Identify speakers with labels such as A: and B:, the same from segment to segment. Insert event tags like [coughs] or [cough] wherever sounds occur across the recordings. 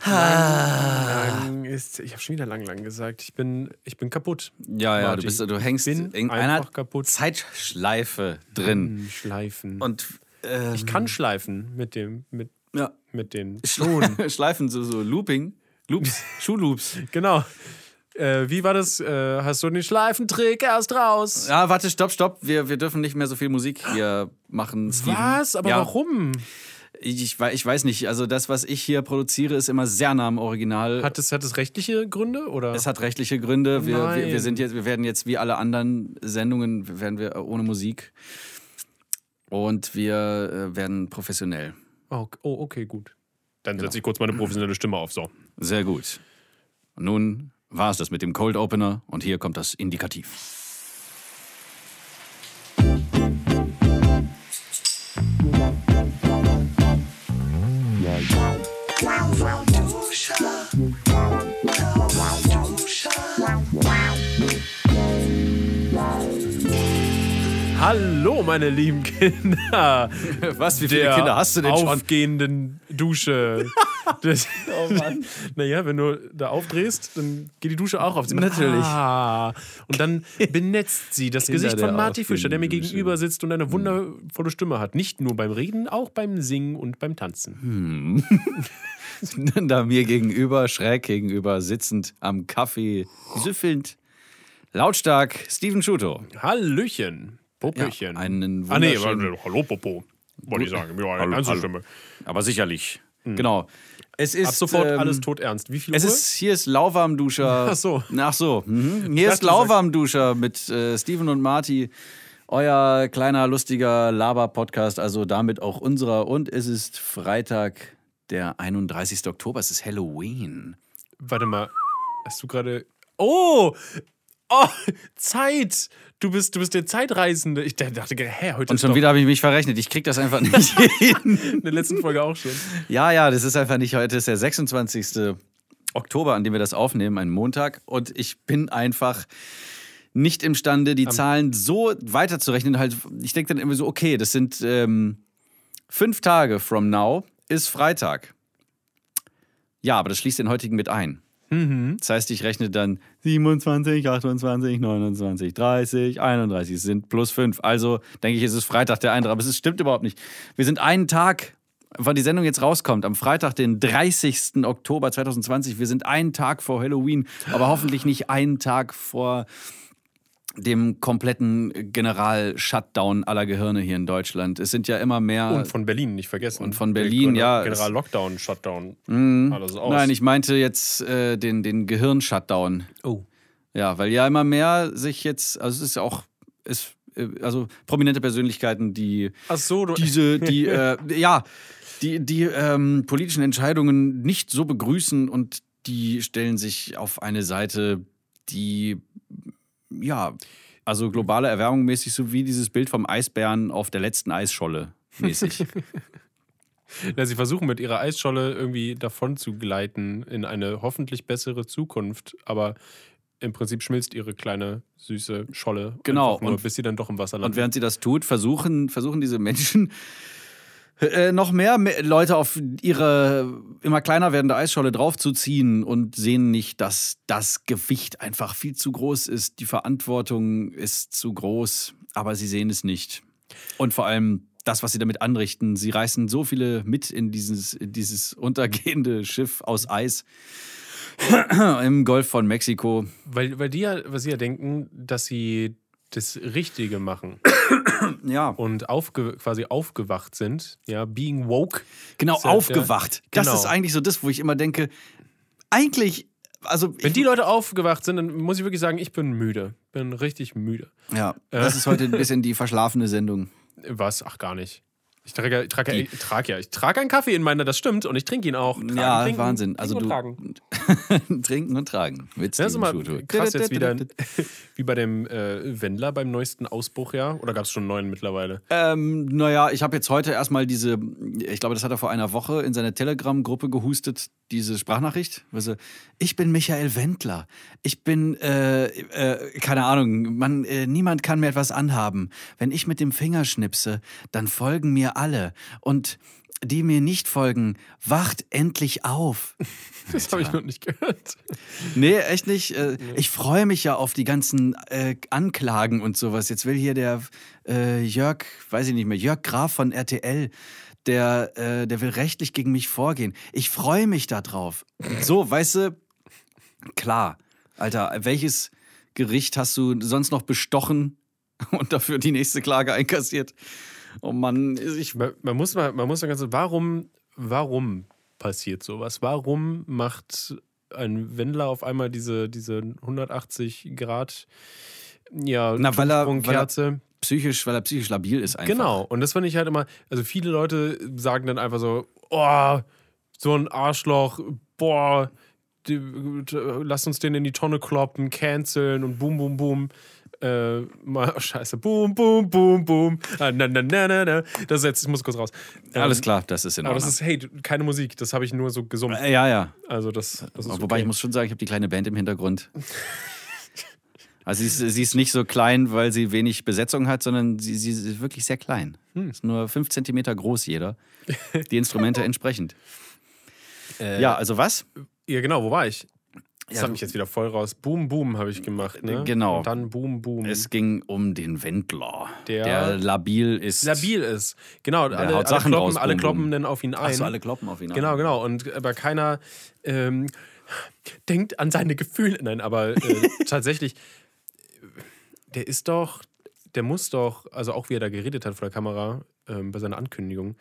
A: Ah.
B: Lang, lang ist, ich habe schon wieder lang, lang gesagt. Ich bin, ich bin kaputt.
A: Ja, ja,
B: Marty.
A: du, bist, du hängst
B: bin
A: in einer
B: einfach kaputt.
A: Zeitschleife drin.
B: Hm, Schleifen.
A: Und ähm,
B: ich kann schleifen mit dem, mit,
A: ja,
B: mit den Schuhen.
A: Schle [laughs] Schleifen, so, so Looping,
B: [laughs]
A: Loops, Schuhloops.
B: genau. Äh, wie war das? Äh, hast du den Schleifentrick erst raus?
A: Ja, warte, stopp, stopp. Wir, wir dürfen nicht mehr so viel Musik hier machen, Steven.
B: Was? Aber
A: Ähm, ja,
B: warum?
A: Ich, ich, wei- ich weiß nicht. Also das, was ich hier produziere, ist immer sehr nah am Original.
B: Hat es, hat es rechtliche Gründe? Oder?
A: es hat rechtliche Gründe. Wir, wir, wir,
B: Nein.
A: sind jetzt, wir werden jetzt wie alle anderen Sendungen werden wir äh, ohne Musik. Und wir äh, werden professionell.
B: oh, oh, okay, gut. Dann
A: Genau.
B: setze ich kurz meine professionelle Stimme auf. So.
A: Sehr gut. Nun war es das mit dem Cold Opener und hier kommt das Indikativ.
B: Hallo, meine lieben Kinder.
A: [laughs] Was, wie
B: Der
A: schon?
B: aufgehenden
A: [laughs]
B: Dusche. Das,
A: Oh Mann.
B: [laughs] naja, wenn du da aufdrehst, dann geht die Dusche auch auf.
A: Natürlich.
B: Ah, und
A: [laughs]
B: dann benetzt sie das
A: Kinder
B: Gesicht
A: der
B: von Marty
A: aufgehenden
B: Fischer, der mir
A: Dusche.
B: gegenüber sitzt und
A: Hm.
B: eine wundervolle Stimme hat. Nicht nur beim Reden, auch beim Singen und beim Tanzen.
A: [laughs] da mir gegenüber, schräg gegenüber, sitzend am Kaffee, süffelnd, lautstark, Steven Schuto.
B: Hallöchen. Popöchen.
A: Hm. Ja, einen
B: ah, nee,
A: wunderschönen-
B: warte, hallo Popo. Wollte ich sagen. Ja, eine ganze
A: hallo.
B: Stimme.
A: Aber sicherlich. Genau. Es ist
B: Hm. Ab sofort
A: ähm,
B: alles tot ernst. Wie viel
A: Es
B: Uhr?
A: ist, hier ist Lauwarmduscher.
B: [laughs] Ach so.
A: Ach so. Mhm. Hier
B: dachte,
A: ist
B: du sagst-
A: Lauwarmduscher mit äh, Steven und Marty. Euer kleiner, lustiger Laber-Podcast, also damit auch unserer. Und es ist Freitag, der 31. Oktober. Es ist Halloween.
B: Warte mal, hast du gerade. Oh! Oh, Zeit! Du bist, du bist der Zeitreisende. Ich dachte, hä, heute
A: Und
B: ist
A: schon
B: doch
A: wieder habe ich mich verrechnet. Ich krieg das
B: [laughs]
A: einfach nicht hin.
B: in der letzten Folge auch schon.
A: Ja, ja, das ist einfach nicht heute. Es ist der 26. Oktober, an dem wir das aufnehmen, ein Montag. Und ich bin einfach nicht imstande, die Zahlen so weiterzurechnen. Halt, ich denke dann immer so, okay, das sind ähm, fünf Tage from now ist Freitag. Ja, aber das schließt den heutigen mit ein. Das heißt, ich rechne dann 27, 28, 29, 30, 31 Es sind plus 5. Also denke ich, es ist Freitag der 31. Aber es ist- stimmt überhaupt nicht. Wir sind einen Tag, wann die Sendung jetzt rauskommt, am Freitag, den 30. Oktober 2020. Wir sind einen Tag vor Halloween, aber hoffentlich nicht einen Tag vor dem kompletten General-Shutdown aller Gehirne hier in Deutschland. Es sind ja immer mehr.
B: Und von Berlin, nicht vergessen. Äh, Und
A: von Berlin, ja,
B: General
A: es-
B: Lockdown, Shutdown. Alles aus.
A: Nein, ich meinte jetzt äh, den, den Gehirn-Shutdown.
B: Oh.
A: Ja, weil ja immer mehr sich jetzt, also es ist ja auch, es, äh, also prominente Persönlichkeiten, die
B: Ach so, du.
A: diese, die, äh, ja, die, die ähm, politischen Entscheidungen nicht so begrüßen und die stellen sich auf eine Seite, die, ja, also globale Erwärmung mäßig, so wie dieses Bild vom Eisbären auf der letzten Eisscholle mäßig.
B: Ja, sie versuchen mit ihrer Eisscholle irgendwie davon zu gleiten in eine hoffentlich bessere Zukunft, aber im Prinzip schmilzt ihre kleine, süße Scholle.
A: Genau,
B: einfach Nur,
A: und-
B: bis sie dann doch im Wasser
A: Und
B: landet.
A: während sie das tut, versuchen, versuchen diese Menschen äh, noch mehr Me- Leute auf ihre immer kleiner werdende Eisscholle draufzuziehen und sehen nicht, dass das Gewicht einfach viel zu groß ist. Die Verantwortung ist zu groß, aber sie sehen es nicht. Und vor allem das, was sie damit anrichten, sie reißen so viele mit in dieses, in dieses untergehende Schiff aus Eis im Golf von Mexiko.
B: Weil, weil die ja, weil sie ja denken, dass sie das Richtige machen.
A: Ja,
B: und aufge quasi aufgewacht sind, ja, being woke.
A: Genau,
B: Ist ja-
A: aufgewacht.
B: ja,
A: Das
B: genau.
A: ist eigentlich so das, wo ich immer denke, eigentlich, also
B: Wenn
A: ich,
B: die Leute aufgewacht sind, dann muss ich wirklich sagen, ich bin müde. Bin richtig müde.
A: ja,
B: Äh.
A: das ist heute ein bisschen die verschlafene Sendung. [laughs]
B: Was? Ach, gar nicht. Ich trage, ich trage, ich trage ja, ich trage einen Kaffee in meiner, das stimmt, und ich trinke ihn auch. Tragen,
A: ja,
B: trinken,
A: Wahnsinn.
B: trinken
A: Also
B: und
A: du
B: tragen.
A: trinken und tragen. Witz.
B: Das ist immer also krass jetzt
A: [laughs]
B: wieder, wie bei dem äh, Wendler beim neuesten Ausbruch, ja? Oder gab es schon einen neuen mittlerweile?
A: Ähm, naja, ich habe jetzt heute erstmal diese, ich glaube, das hat er vor einer Woche in seine Telegram-Gruppe gehustet, diese Sprachnachricht. Also, ich bin Michael Wendler. Ich bin, äh, äh, keine Ahnung, man, äh, niemand kann mir etwas anhaben. Wenn ich mit dem Finger schnipse, dann folgen mir alle. Und die mir nicht folgen, wacht endlich auf.
B: Das habe ich noch nicht gehört.
A: Nee, echt nicht. Äh, Ich freue mich ja auf die ganzen äh, Anklagen und sowas. Jetzt will hier der äh, Jörg, weiß ich nicht mehr, Jörg Graf von RTL, der, äh, der will rechtlich gegen mich vorgehen. Ich freue mich darauf. So, weißt du, klar. Alter, welches Gericht hast du sonst noch bestochen [laughs] und dafür die nächste Klage einkassiert? Oh Mann, ich.
B: Also Man, man muss mal, man muss mal ganz, warum, warum passiert sowas? Warum macht ein Wendler auf einmal diese, diese 180 Grad ja,
A: Na, weil er- weil er-
B: Kerze?
A: Psychisch, weil er psychisch labil ist einfach.
B: Genau, und das finde ich halt immer, also viele Leute sagen dann einfach so, oh, so ein Arschloch, boah, die, lass uns den in die Tonne kloppen, canceln und boom, boom, boom. Äh, mal, [laughs] oh, scheiße, boom, boom, boom, boom. Ah, na, na, na, na, na. Das ist jetzt, ich muss kurz raus. Ähm,
A: Alles klar, das ist in
B: Aber
A: Ordnung.
B: das ist, hey, du- keine Musik, das habe ich nur so gesummt.
A: Äh, ja, ja.
B: Also das, das ist
A: Wobei
B: okay.
A: ich muss schon sagen, ich habe die kleine Band im Hintergrund. [laughs] Also sie ist, sie ist nicht so klein, weil sie wenig Besetzung hat, sondern sie, sie ist wirklich sehr klein.
B: Hm.
A: Ist nur fünf Zentimeter groß jeder. Die Instrumente
B: [laughs]
A: entsprechend.
B: Äh,
A: ja, also was?
B: Ja, genau, wo war ich? Das
A: Ja,
B: hat
A: du-
B: mich jetzt wieder voll raus. Boom, boom habe ich gemacht. Ne?
A: Genau.
B: Und dann boom, boom.
A: Es ging um den Wendler,
B: Der-
A: der, labil ist.
B: labil ist. Genau, alle, alle
A: haut Sachen
B: kloppen,
A: raus,
B: alle
A: Bum,
B: kloppen
A: Bum.
B: dann auf ihn ein.
A: Achso, alle kloppen auf ihn an.
B: Genau, genau. Und aber keiner ähm, denkt an seine Gefühle. Nein, aber
A: [laughs]
B: äh, tatsächlich, der ist doch, der muss doch, also auch wie er da geredet hat vor der Kamera ähm, bei seiner Ankündigung,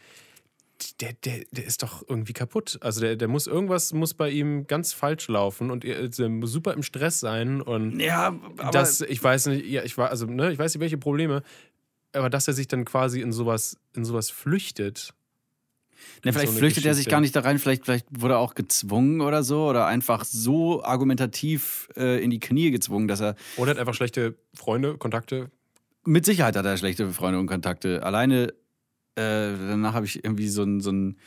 B: der, der, der ist doch irgendwie kaputt. Also der, der muss irgendwas muss bei ihm ganz falsch laufen und er, er muss super im Stress sein und
A: Ja, aber ne,
B: dass ich weiß nicht, ja, ich war, also, ne, ich weiß nicht, welche Probleme, aber dass er sich dann quasi in sowas, in sowas flüchtet.
A: Na, vielleicht
B: so eine
A: flüchtet er sich
B: Geschichte.
A: gar nicht da rein, vielleicht, vielleicht wurde er auch gezwungen oder so, oder einfach so argumentativ äh, in die Knie gezwungen, dass er
B: Oder hat einfach schlechte Freunde, Kontakte.
A: Mit Sicherheit hat er schlechte Freunde und Kontakte. Alleine, äh, danach habe ich irgendwie so ein, so, ein,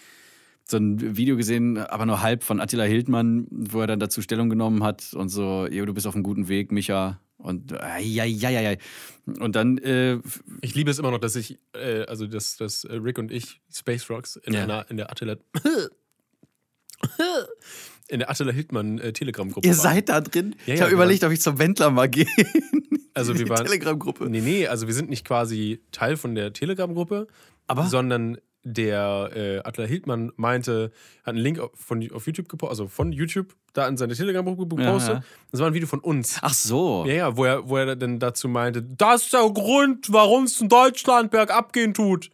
A: so ein Video gesehen, aber nur halb von Attila Hildmann, wo er dann dazu Stellung genommen hat und so, jo, du bist auf einem guten Weg, Micha. Und ja, ja, ja, ja. Und dann, äh,
B: Ich liebe es immer noch, dass ich, äh, also dass, dass äh, Rick und ich Space Rocks in,
A: Ja.
B: einer, in der Attila [laughs] in der Attila Hildmann äh, Telegram-Gruppe
A: ihr
B: waren.
A: seid da drin.
B: Ja,
A: ich
B: ja,
A: habe
B: wir
A: überlegt, ob ich zum Wendler mal [laughs] gehe.
B: also wir
A: Die
B: waren,
A: Telegram-Gruppe.
B: nee, nee, also wir sind nicht quasi Teil von der Telegram-Gruppe,
A: Aber
B: sondern der äh, Attila Hildmann meinte, hat einen Link auf- von, auf YouTube gepostet, also von YouTube da in seine Telegram-Gruppe gepostet.
A: ja.
B: Das war ein Video von uns.
A: Ach so.
B: Ja, ja, wo er, wo er dann dazu meinte, das ist der Grund, warum es in Deutschland bergab gehen tut.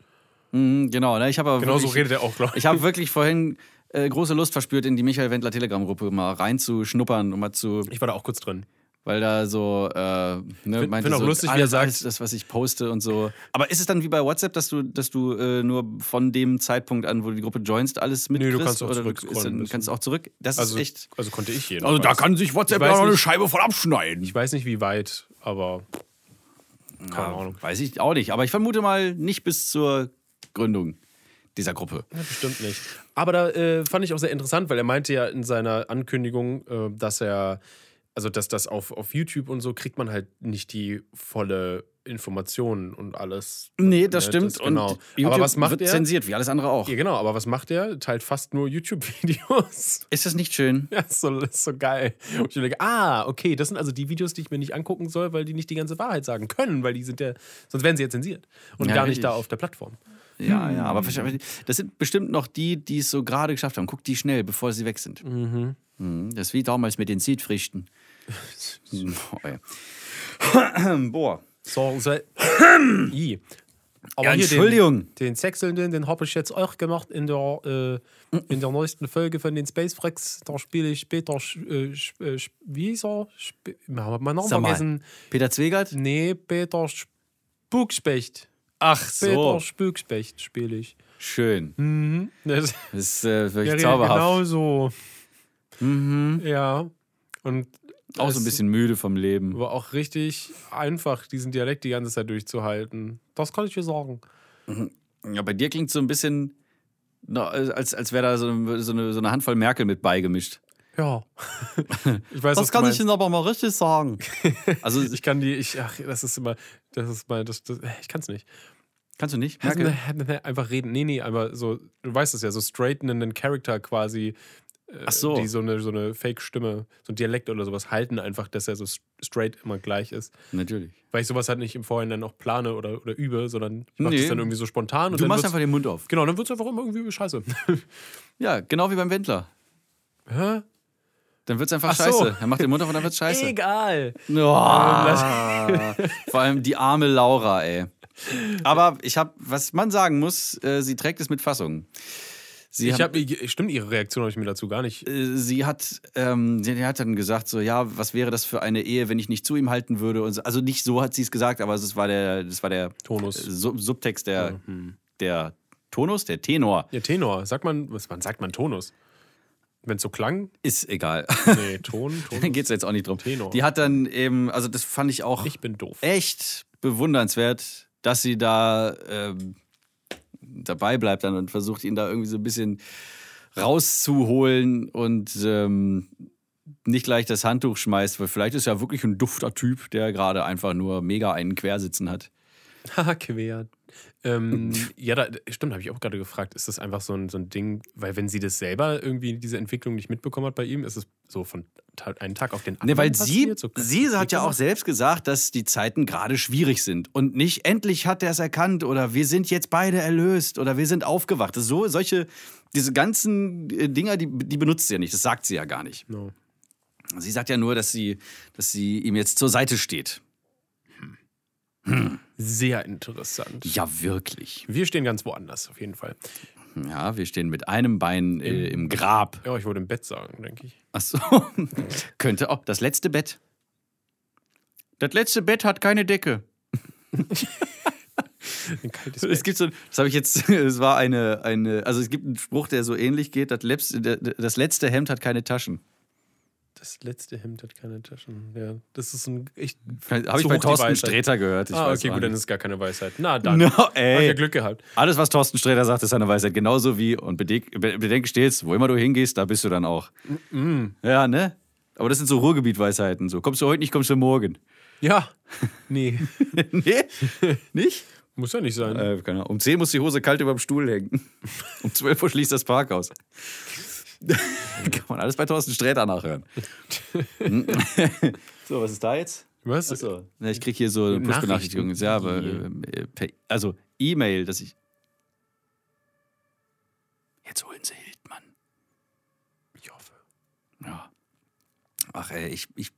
A: Mhm, genau, ne? ich habe aber
B: Genauso
A: wirklich-
B: redet er auch, glaube ich.
A: Ich habe wirklich vorhin äh, große Lust verspürt, in die Michael Wendler Telegram-Gruppe mal reinzuschnuppern und mal zu,
B: Ich war da auch kurz drin.
A: weil da so, äh, ne, meinte
B: find auch
A: so,
B: lustig, wie er
A: alles,
B: sagt-
A: alles das, was ich poste und so. Aber ist es dann wie bei WhatsApp, dass du, dass du äh, nur von dem Zeitpunkt an, wo du die Gruppe joinst, alles mit
B: du kannst auch
A: oder
B: zurück
A: ist,
B: scrollen
A: dann,
B: müssen.
A: kannst auch zurück? Das
B: Also,
A: ist echt.
B: also konnte ich jeden.
A: sich
B: Ich
A: WhatsApp
B: weiß ja noch eine nicht-
A: Scheibe voll abschneiden.
B: Ich weiß nicht, wie weit, aber keine Ahnung.
A: weiß ich auch nicht, aber ich vermute mal nicht bis zur Gründung dieser Gruppe.
B: Ja, bestimmt nicht. Aber da äh, fand ich auch sehr interessant, weil er meinte ja in seiner Ankündigung, äh, dass er, also dass das auf, auf YouTube und so kriegt man halt nicht die volle Information und alles.
A: Nee, das
B: Ne,
A: stimmt.
B: das- genau.
A: Und
B: Aber
A: YouTube
B: was macht
A: wird
B: er?
A: zensiert, wie alles andere auch.
B: Ja, genau, aber was macht er? Teilt fast nur YouTube-Videos. [laughs]
A: Ist das nicht schön?
B: Ja, ist so, ist so geil. Und ich denke, ah, okay, das sind also die Videos, die ich mir nicht angucken soll, weil die nicht die ganze Wahrheit sagen können, weil die sind ja, sonst wären sie ja zensiert und
A: Ja,
B: gar nicht
A: richtig.
B: da auf der Plattform.
A: Ja,
B: Hm.
A: ja, aber wahrscheinlich- das sind bestimmt noch die, die es so gerade geschafft haben. Guck die schnell, bevor sie weg sind. Mhm, Das ist wie damals mit
B: [laughs]
A: den Seedfrüchten. Boah. ey. [clears throat] Boah.
B: So,
A: [coughs]
B: so [coughs] I. Aber
A: Ja, Entschuldigung.
B: Oh, Hier den, den Sechselnden, den habe ich jetzt auch gemacht in der, äh, in der neuesten Folge von den Space Freaks. Da spiele ich später, sch- äh, sch- äh, sch- wie ist er? Sp hab meinen Namen
A: Sag mal.
B: vergessen.
A: Peter Zwegert?
B: Nee, Peter Spukspecht.
A: Ach
B: Peter Spukspecht spiele ich.
A: Schön.
B: [laughs] Das
A: Das ist äh,
B: der
A: wirklich
B: redet
A: Mhm. zauberhaft. Mhm.
B: genau so. Ja. Und
A: Auch so ein
B: genau. es
A: bisschen müde vom Leben.
B: war auch richtig einfach, diesen Dialekt die ganze Zeit durchzuhalten. Das kann ich dir sagen.
A: Ja, bei dir klingt so ein bisschen, na, als, als wäre da so eine, so, eine, so eine Handvoll Merkel mit beigemischt.
B: Ja. [laughs] Ich weiß, was
A: Das
B: du
A: kann ich
B: meinst.
A: Ihnen aber mal richtig sagen. [laughs] Also
B: Ich kann die, ich, ach, das ist immer, das ist mal, das, das, ich kann es nicht.
A: Kannst
B: [laughs]
A: du nicht? Merke.
B: Einfach reden. Nee, nee, aber so, du weißt es ja, so straightenenden Charakter quasi, äh,
A: Ach so.
B: die so eine, so eine Fake-Stimme, so ein Dialekt oder sowas halten, einfach, dass er so straight immer gleich ist.
A: Natürlich.
B: Weil ich sowas halt nicht im Vorhinein noch plane oder, oder übe, sondern ich mach
A: Nee.
B: das dann irgendwie so spontan. Und
A: Du
B: dann
A: machst
B: wird's-
A: einfach den Mund auf.
B: Genau, dann wird es einfach immer irgendwie scheiße. [laughs]
A: Ja, genau wie beim Wendler.
B: Hä?
A: Dann wird's einfach
B: Ach so.
A: scheiße. Er macht den Mund auf und
B: [laughs]
A: dann wird's scheiße.
B: Egal.
A: Oh, [laughs] vor allem die arme Laura, ey. Aber ich habe, was man sagen muss, äh, sie trägt es mit Fassung. Sie
B: Ich
A: hat-
B: hab, stimmt, ihre Reaktion habe ich mir dazu gar nicht.
A: äh, sie hat, ähm, sie hat dann gesagt so, ja, was wäre das für eine Ehe, wenn ich nicht zu ihm halten würde? Und so, also nicht so hat sie es gesagt, aber es war der, das war der
B: Tonus. hm.
A: äh, Sub Subtext der, der Tonus, der Tenor.
B: Ja, Tenor. Sagt man, was man sagt man Tonus? Wenn es so klang?
A: Ist egal.
B: Nee, Ton, Tonus.
A: Dann [laughs] geht's jetzt auch nicht drum.
B: Tenor.
A: Die hat dann eben, also das fand ich auch
B: Ich bin doof.
A: Äh. echt bewundernswert, dass sie da ähm, dabei bleibt dann und versucht, ihn da irgendwie so ein bisschen rauszuholen und ähm, nicht gleich das Handtuch schmeißt, weil vielleicht ist er wirklich ein dufter Typ, der gerade einfach nur mega einen Quersitzen hat.
B: [laughs] Haha, quer.
A: [laughs]
B: Ähm, ja, da, stimmt, habe ich auch gerade gefragt. Ist das einfach so ein, so ein Ding, weil wenn sie das selber irgendwie diese Entwicklung nicht mitbekommen hat bei ihm, ist es so von Ta einem Tag auf den anderen.
A: Ne, weil sie,
B: passiert? So
A: sie hat ja auch selbst gesagt, dass die Zeiten gerade schwierig sind und nicht endlich hat er es erkannt oder wir sind jetzt beide erlöst oder wir sind aufgewacht. Das ist so solche diese ganzen äh, Dinger, die, die benutzt sie ja nicht, das sagt sie ja gar nicht.
B: No.
A: Sie sagt ja nur, dass sie, dass sie ihm jetzt zur Seite steht.
B: Sehr interessant.
A: Ja, wirklich.
B: Wir stehen ganz woanders, auf jeden Fall.
A: Ja, wir stehen mit einem Bein äh, im Grab.
B: Ja, ich wollte im Bett sagen, denke ich.
A: Achso. [laughs] Könnte auch. Das letzte Bett. Das letzte Bett hat keine Decke.
B: Ein kaltes
A: [laughs] Es
B: Bett.
A: gibt so, das habe ich jetzt, [laughs] es war eine, eine, also es gibt einen Spruch, der so ähnlich geht, das letzte, der- das letzte Hemd hat keine Taschen.
B: Das letzte Hemd hat keine Taschen. Ja, das ist ein echt.
A: Habe ich
B: zu
A: bei
B: hoch die
A: Thorsten
B: Weisheit.
A: Sträter gehört. Ich
B: ah,
A: weiß
B: okay,
A: auch
B: gut, dann
A: nicht.
B: ist es gar keine Weisheit. Na,
A: [laughs]
B: dann.
A: No,
B: Hab
A: ey.
B: ja Glück gehabt.
A: Alles, was Thorsten Sträter sagt, ist eine Weisheit. Genauso wie, und bedenk, be- bedenk stets, wo immer du hingehst, da bist du dann auch. Ja, ne? Aber das sind so Ruhrgebietweisheiten. So, kommst du heute nicht, kommst du morgen. [laughs]
B: Ja. Nee.
A: nee? Nicht?
B: Muss ja nicht sein.
A: Äh, keine Ahnung. Um 10 muss die Hose kalt über dem Stuhl hängen. [laughs] Um 12 Uhr schließt das Parkhaus. [laughs] Kann man alles bei Thorsten Sträter nachhören. Mm. [laughs] so, was ist da jetzt?
B: Was?
A: Achso. Na, ich kriege hier so eine
B: Nachrichten.
A: Push-Benachrichtigung. Ja, aber, ähm, äh, per, also E-Mail, dass ich. Jetzt holen sie Hildmann.
B: Ich hoffe.
A: Ja. Ach, ey, ich, ich,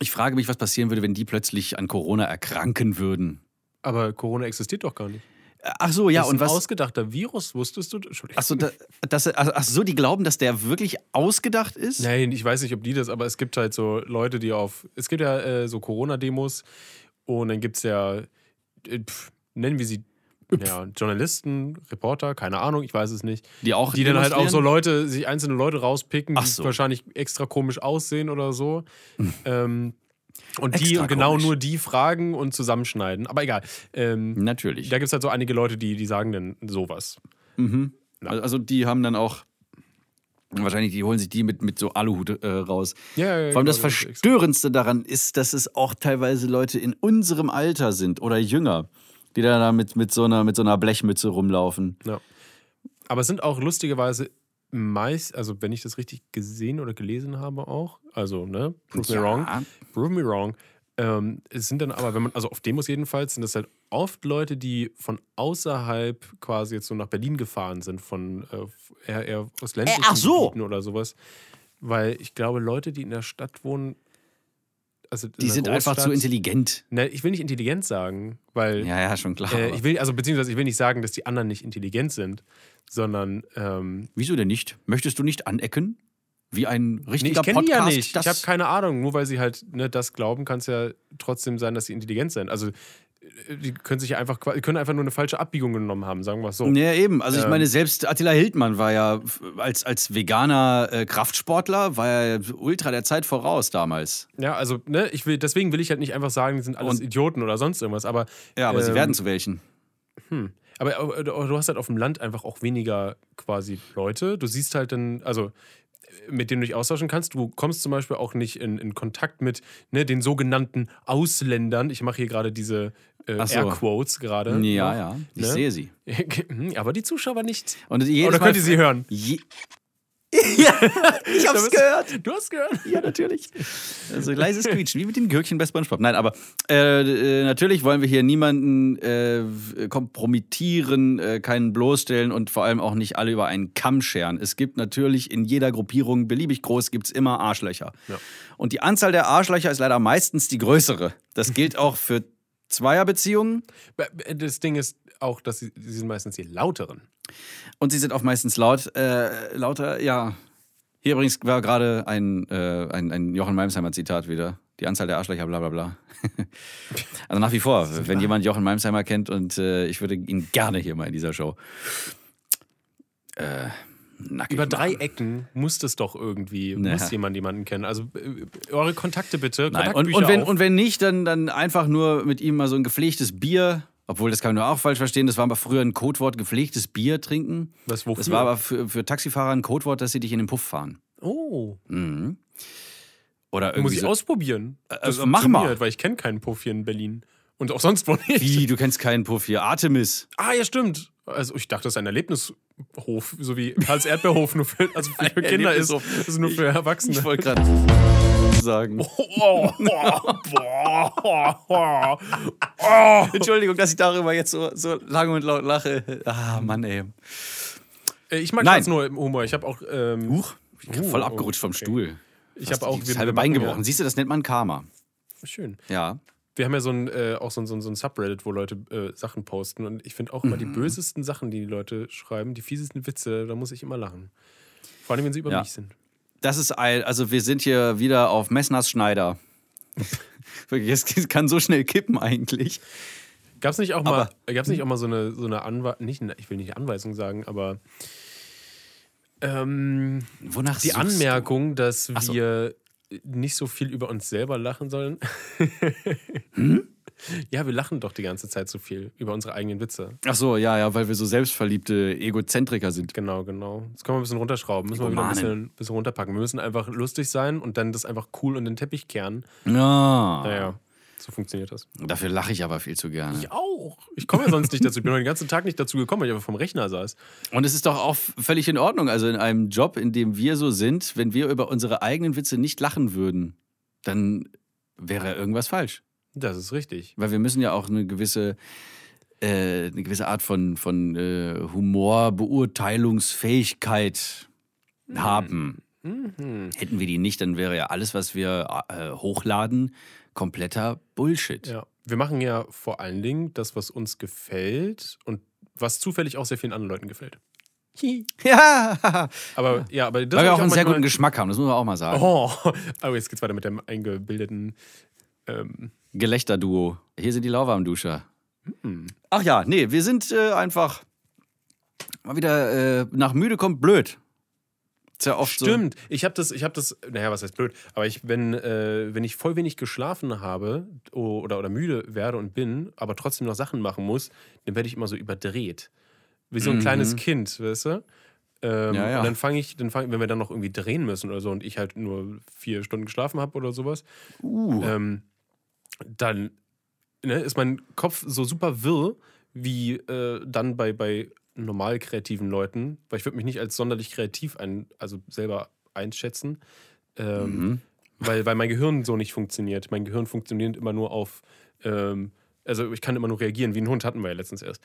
A: ich frage mich, was passieren würde, wenn die plötzlich an Corona erkranken würden.
B: Aber Corona existiert doch gar nicht.
A: Ach so, ja,
B: das
A: und
B: ist ein
A: was.
B: ausgedachter Virus, wusstest du? Entschuldigung.
A: Ach so, da, dass, ach ach so, die glauben, dass der wirklich ausgedacht ist?
B: Nein, ich weiß nicht, ob die das, aber es gibt halt so Leute, die auf. Es gibt ja äh, so Corona-Demos und dann gibt es ja, äh, pf, nennen wir sie ja, Journalisten, Reporter, keine Ahnung, ich weiß es nicht.
A: Die auch
B: Die dann halt auch so
A: demonstrieren?
B: Leute, sich einzelne Leute rauspicken,
A: Ach
B: die
A: so. Hm.
B: wahrscheinlich extra komisch aussehen oder so. ähm, und die
A: Extra
B: und genau
A: komisch.
B: nur die fragen und zusammenschneiden. Aber egal. Ähm,
A: Natürlich.
B: Da gibt es halt so einige Leute, die, die sagen dann sowas.
A: Also also die haben dann auch. Wahrscheinlich, die holen sich die mit, mit so Aluhut äh, raus.
B: Ja, ja, ja,
A: Vor allem
B: genau,
A: das
B: das ist extra.
A: Verstörendste daran ist, dass es auch teilweise Leute in unserem Alter sind oder jünger, die dann da mit, mit, so, einer, mit so einer Blechmütze rumlaufen.
B: Ja. Aber es sind auch lustigerweise meist, also wenn ich das richtig gesehen oder gelesen habe auch, also ne, prove me
A: Ja.
B: wrong, prove me wrong. Ähm, es sind dann aber, wenn man, also auf Demos jedenfalls, sind das halt oft Leute, die von außerhalb quasi jetzt so nach Berlin gefahren sind, von äh, eher, eher aus ländlichen
A: ach so.
B: Gebieten oder sowas. Weil ich glaube, Leute, die in der Stadt wohnen, also in
A: Die
B: einer
A: sind einfach zu
B: Großstadt-
A: intelligent.
B: Ne, ich will nicht intelligent sagen, weil
A: Ja, ja, schon klar.
B: äh,
A: aber-
B: ich will, also beziehungsweise ich will nicht sagen, dass die anderen nicht intelligent sind, sondern ähm,
A: Wieso denn nicht? Möchtest du nicht anecken? Wie ein
B: nee,
A: richtiger
B: ich kenne die
A: Podcast?
B: ja nicht.
A: Das
B: Ich habe keine Ahnung. Nur weil sie halt ne, das glauben, kann es ja trotzdem sein, dass sie intelligent sind. Also äh, die können sich ja einfach, qua- können einfach nur eine falsche Abbiegung genommen haben, sagen wir es so.
A: ja, eben. Also ich
B: Ähm.
A: meine, selbst Attila Hildmann war ja f- als, als veganer äh, Kraftsportler, war er ultra der Zeit voraus damals.
B: Ja, also ne, ich will, deswegen will ich halt nicht einfach sagen, die sind alles
A: Und-
B: Idioten oder sonst irgendwas. Aber
A: Ja, aber sie
B: ähm,
A: werden zu welchen.
B: äh, Aber äh, du hast halt auf dem Land einfach auch weniger quasi Leute. Du siehst halt dann, also mit denen du dich austauschen kannst. Du kommst zum Beispiel auch nicht in, in Kontakt mit ne, den sogenannten Ausländern. Ich mache hier gerade diese äh,
A: Ach so.
B: Airquotes gerade.
A: Ja,
B: noch, [laughs]
A: ja. Ich
B: Hm? ne? Hm,
A: sehe sie.
B: Aber die Zuschauer nicht.
A: Und jedes
B: Oder
A: Mal-
B: könnt ihr
A: [laughs]
B: sie hören?
A: Je ja, ich hab's gehört.
B: Du hast gehört.
A: Ja, natürlich. Also leises Quietschen, wie mit den Gürkchen bei Spongebob. Nein, aber äh, äh, natürlich wollen wir hier niemanden äh, kompromittieren, äh, keinen bloßstellen und vor allem auch nicht alle über einen Kamm scheren. Es gibt natürlich in jeder Gruppierung, beliebig groß, gibt's immer Arschlöcher. Und die Anzahl der Arschlöcher ist leider meistens die größere. Das gilt auch für Zweierbeziehungen
B: äh, Das Ding ist auch, dass sie, sie sind meistens die lauteren.
A: und sie sind auch meistens laut. Äh, lauter, ja. Hier übrigens war gerade ein, äh, ein, ein Jochen Malmsheimer Zitat wieder. Die Anzahl der Arschlöcher, bla bla bla. [laughs] also nach wie vor, wenn jemand Jochen Malmsheimer kennt und äh, ich würde ihn gerne hier mal in dieser Show äh, nackig
B: Über drei
A: machen.
B: Ecken muss das doch irgendwie,
A: Naja.
B: muss jemand jemanden kennen. Also äh, eure Kontakte bitte.
A: Nein. Und,
B: Kontaktbücher
A: und, wenn,
B: auf.
A: und wenn nicht, dann, dann einfach nur mit ihm mal so ein gepflegtes Bier. Obwohl, das kann man nur auch falsch verstehen. Das war aber früher ein Codewort, gepflegtes Bier trinken.
B: Was, wofür?
A: Das war aber für, für Taxifahrer ein Codewort, dass sie dich in den Puff fahren.
B: oh,
A: Mhm. Oder irgendwie
B: muss ich
A: so,
B: ausprobieren. Das
A: Äh, also mach mal.
B: funktioniert, Weil ich kenne keinen Puff hier in Berlin. Und auch sonst wo nicht.
A: Wie, du kennst keinen Puff hier. Artemis.
B: Ah, ja, stimmt. Also ich dachte, das ist ein Erlebnishof, so wie Karls Erdbeerhof nur für,
A: [laughs]
B: also für Kinder ist.
A: Erlebnishof.
B: Das ist nur für Erwachsene.
A: Ich wollte gerade Ne. [laughs] sagen.
B: Oh, oh, boah, oh, oh.
A: [laughs] Entschuldigung, dass ich darüber jetzt so, so lange und laut lache. Ah, Mann, ey.
B: Äh, [laughs] Ich mag
A: Nein.
B: ganz nur im Humor. Ich habe auch, ähm,
A: Huch. Ich bin voll
B: Oh,
A: abgerutscht vom
B: okay.
A: Stuhl.
B: ich habe auch
A: das halbe Bein gebrochen. Siehst du, das nennt man Karma.
B: Ja, schön.
A: Ja.
B: Wir haben ja so ein, äh, auch so ein, so ein, so ein Subreddit, wo Leute äh, Sachen posten. Und ich finde auch immer die
A: Mhm.
B: bösesten Sachen, die die Leute schreiben, die fiesesten Witze, da muss ich immer lachen. Vor allem, wenn sie über
A: Ja.
B: mich sind.
A: Das ist ein, also wir sind hier wieder auf Messners [laughs] Schneider. Wirklich, es kann so schnell kippen eigentlich.
B: Gab es nicht auch mal, gab's
A: hm.
B: nicht auch mal so eine, so eine Anweisung, nicht, ich will nicht Anweisung sagen, aber ähm,
A: Wonach
B: die
A: suchst du?
B: Anmerkung, dass
A: so.
B: wir nicht so viel über uns selber lachen sollen.
A: Hm?
B: [laughs] Ja, wir lachen doch die ganze Zeit so viel über unsere eigenen Witze.
A: Ach so, ja, ja, weil wir so selbstverliebte Egozentriker sind.
B: Genau, genau. Das können wir ein bisschen runterschrauben. Müssen wir wieder ein
A: Egomanen.
B: bisschen, bisschen runterpacken. Wir müssen einfach lustig sein und dann das einfach cool in den Teppich kehren.
A: Ja.
B: Naja, so funktioniert das.
A: Dafür lache ich aber viel zu gerne.
B: Ich auch. Ich komme ja sonst nicht dazu. Ich bin heute den ganzen Tag nicht dazu gekommen, weil ich einfach vom Rechner saß.
A: Und es ist doch auch völlig in Ordnung. Also in einem Job, in dem wir so sind, wenn wir über unsere eigenen Witze nicht lachen würden, dann wäre irgendwas falsch.
B: Das ist richtig.
A: Weil wir müssen ja auch eine gewisse, äh, eine gewisse Art von, von äh, Humorbeurteilungsfähigkeit haben.
B: Mhm.
A: Hätten wir die nicht, dann wäre ja alles, was wir äh, hochladen, kompletter Bullshit.
B: Ja. Wir machen ja vor allen Dingen das, was uns gefällt und was zufällig auch sehr vielen anderen Leuten gefällt.
A: Ja!
B: Aber ja, aber das
A: Weil wir
B: hab
A: auch
B: ich
A: einen sehr guten
B: [laughs] manchmal-
A: Geschmack haben, das muss man auch mal sagen.
B: Oh, aber jetzt geht's weiter mit dem eingebildeten. Ähm,
A: Gelächterduo. Hier sind die Lauwarmduscher.
B: Hm.
A: Ach ja, nee, wir sind äh, einfach mal wieder äh, nach müde kommt blöd. Ist ja oft
B: Stimmt, ich habe das, ich habe das, naja, was heißt blöd, aber ich, wenn, äh, wenn ich voll wenig geschlafen habe o- oder, oder müde werde und bin, aber trotzdem noch Sachen machen muss, dann werde ich immer so überdreht. Wie so ein
A: Mhm.
B: kleines Kind, weißt du? Ähm,
A: Ja, ja.
B: Und dann fange ich, dann fang, wenn wir dann noch irgendwie drehen müssen oder so und ich halt nur vier Stunden geschlafen habe oder sowas,
A: so. Uh.
B: ähm, dann ne, ist mein Kopf so super wirr wie äh, dann bei, bei normal kreativen Leuten, weil ich würde mich nicht als sonderlich kreativ ein, also selber einschätzen, ähm,
A: Mhm.
B: weil, weil mein Gehirn so nicht funktioniert. Mein Gehirn funktioniert immer nur auf, ähm, also ich kann immer nur reagieren, wie ein Hund hatten wir ja letztens erst.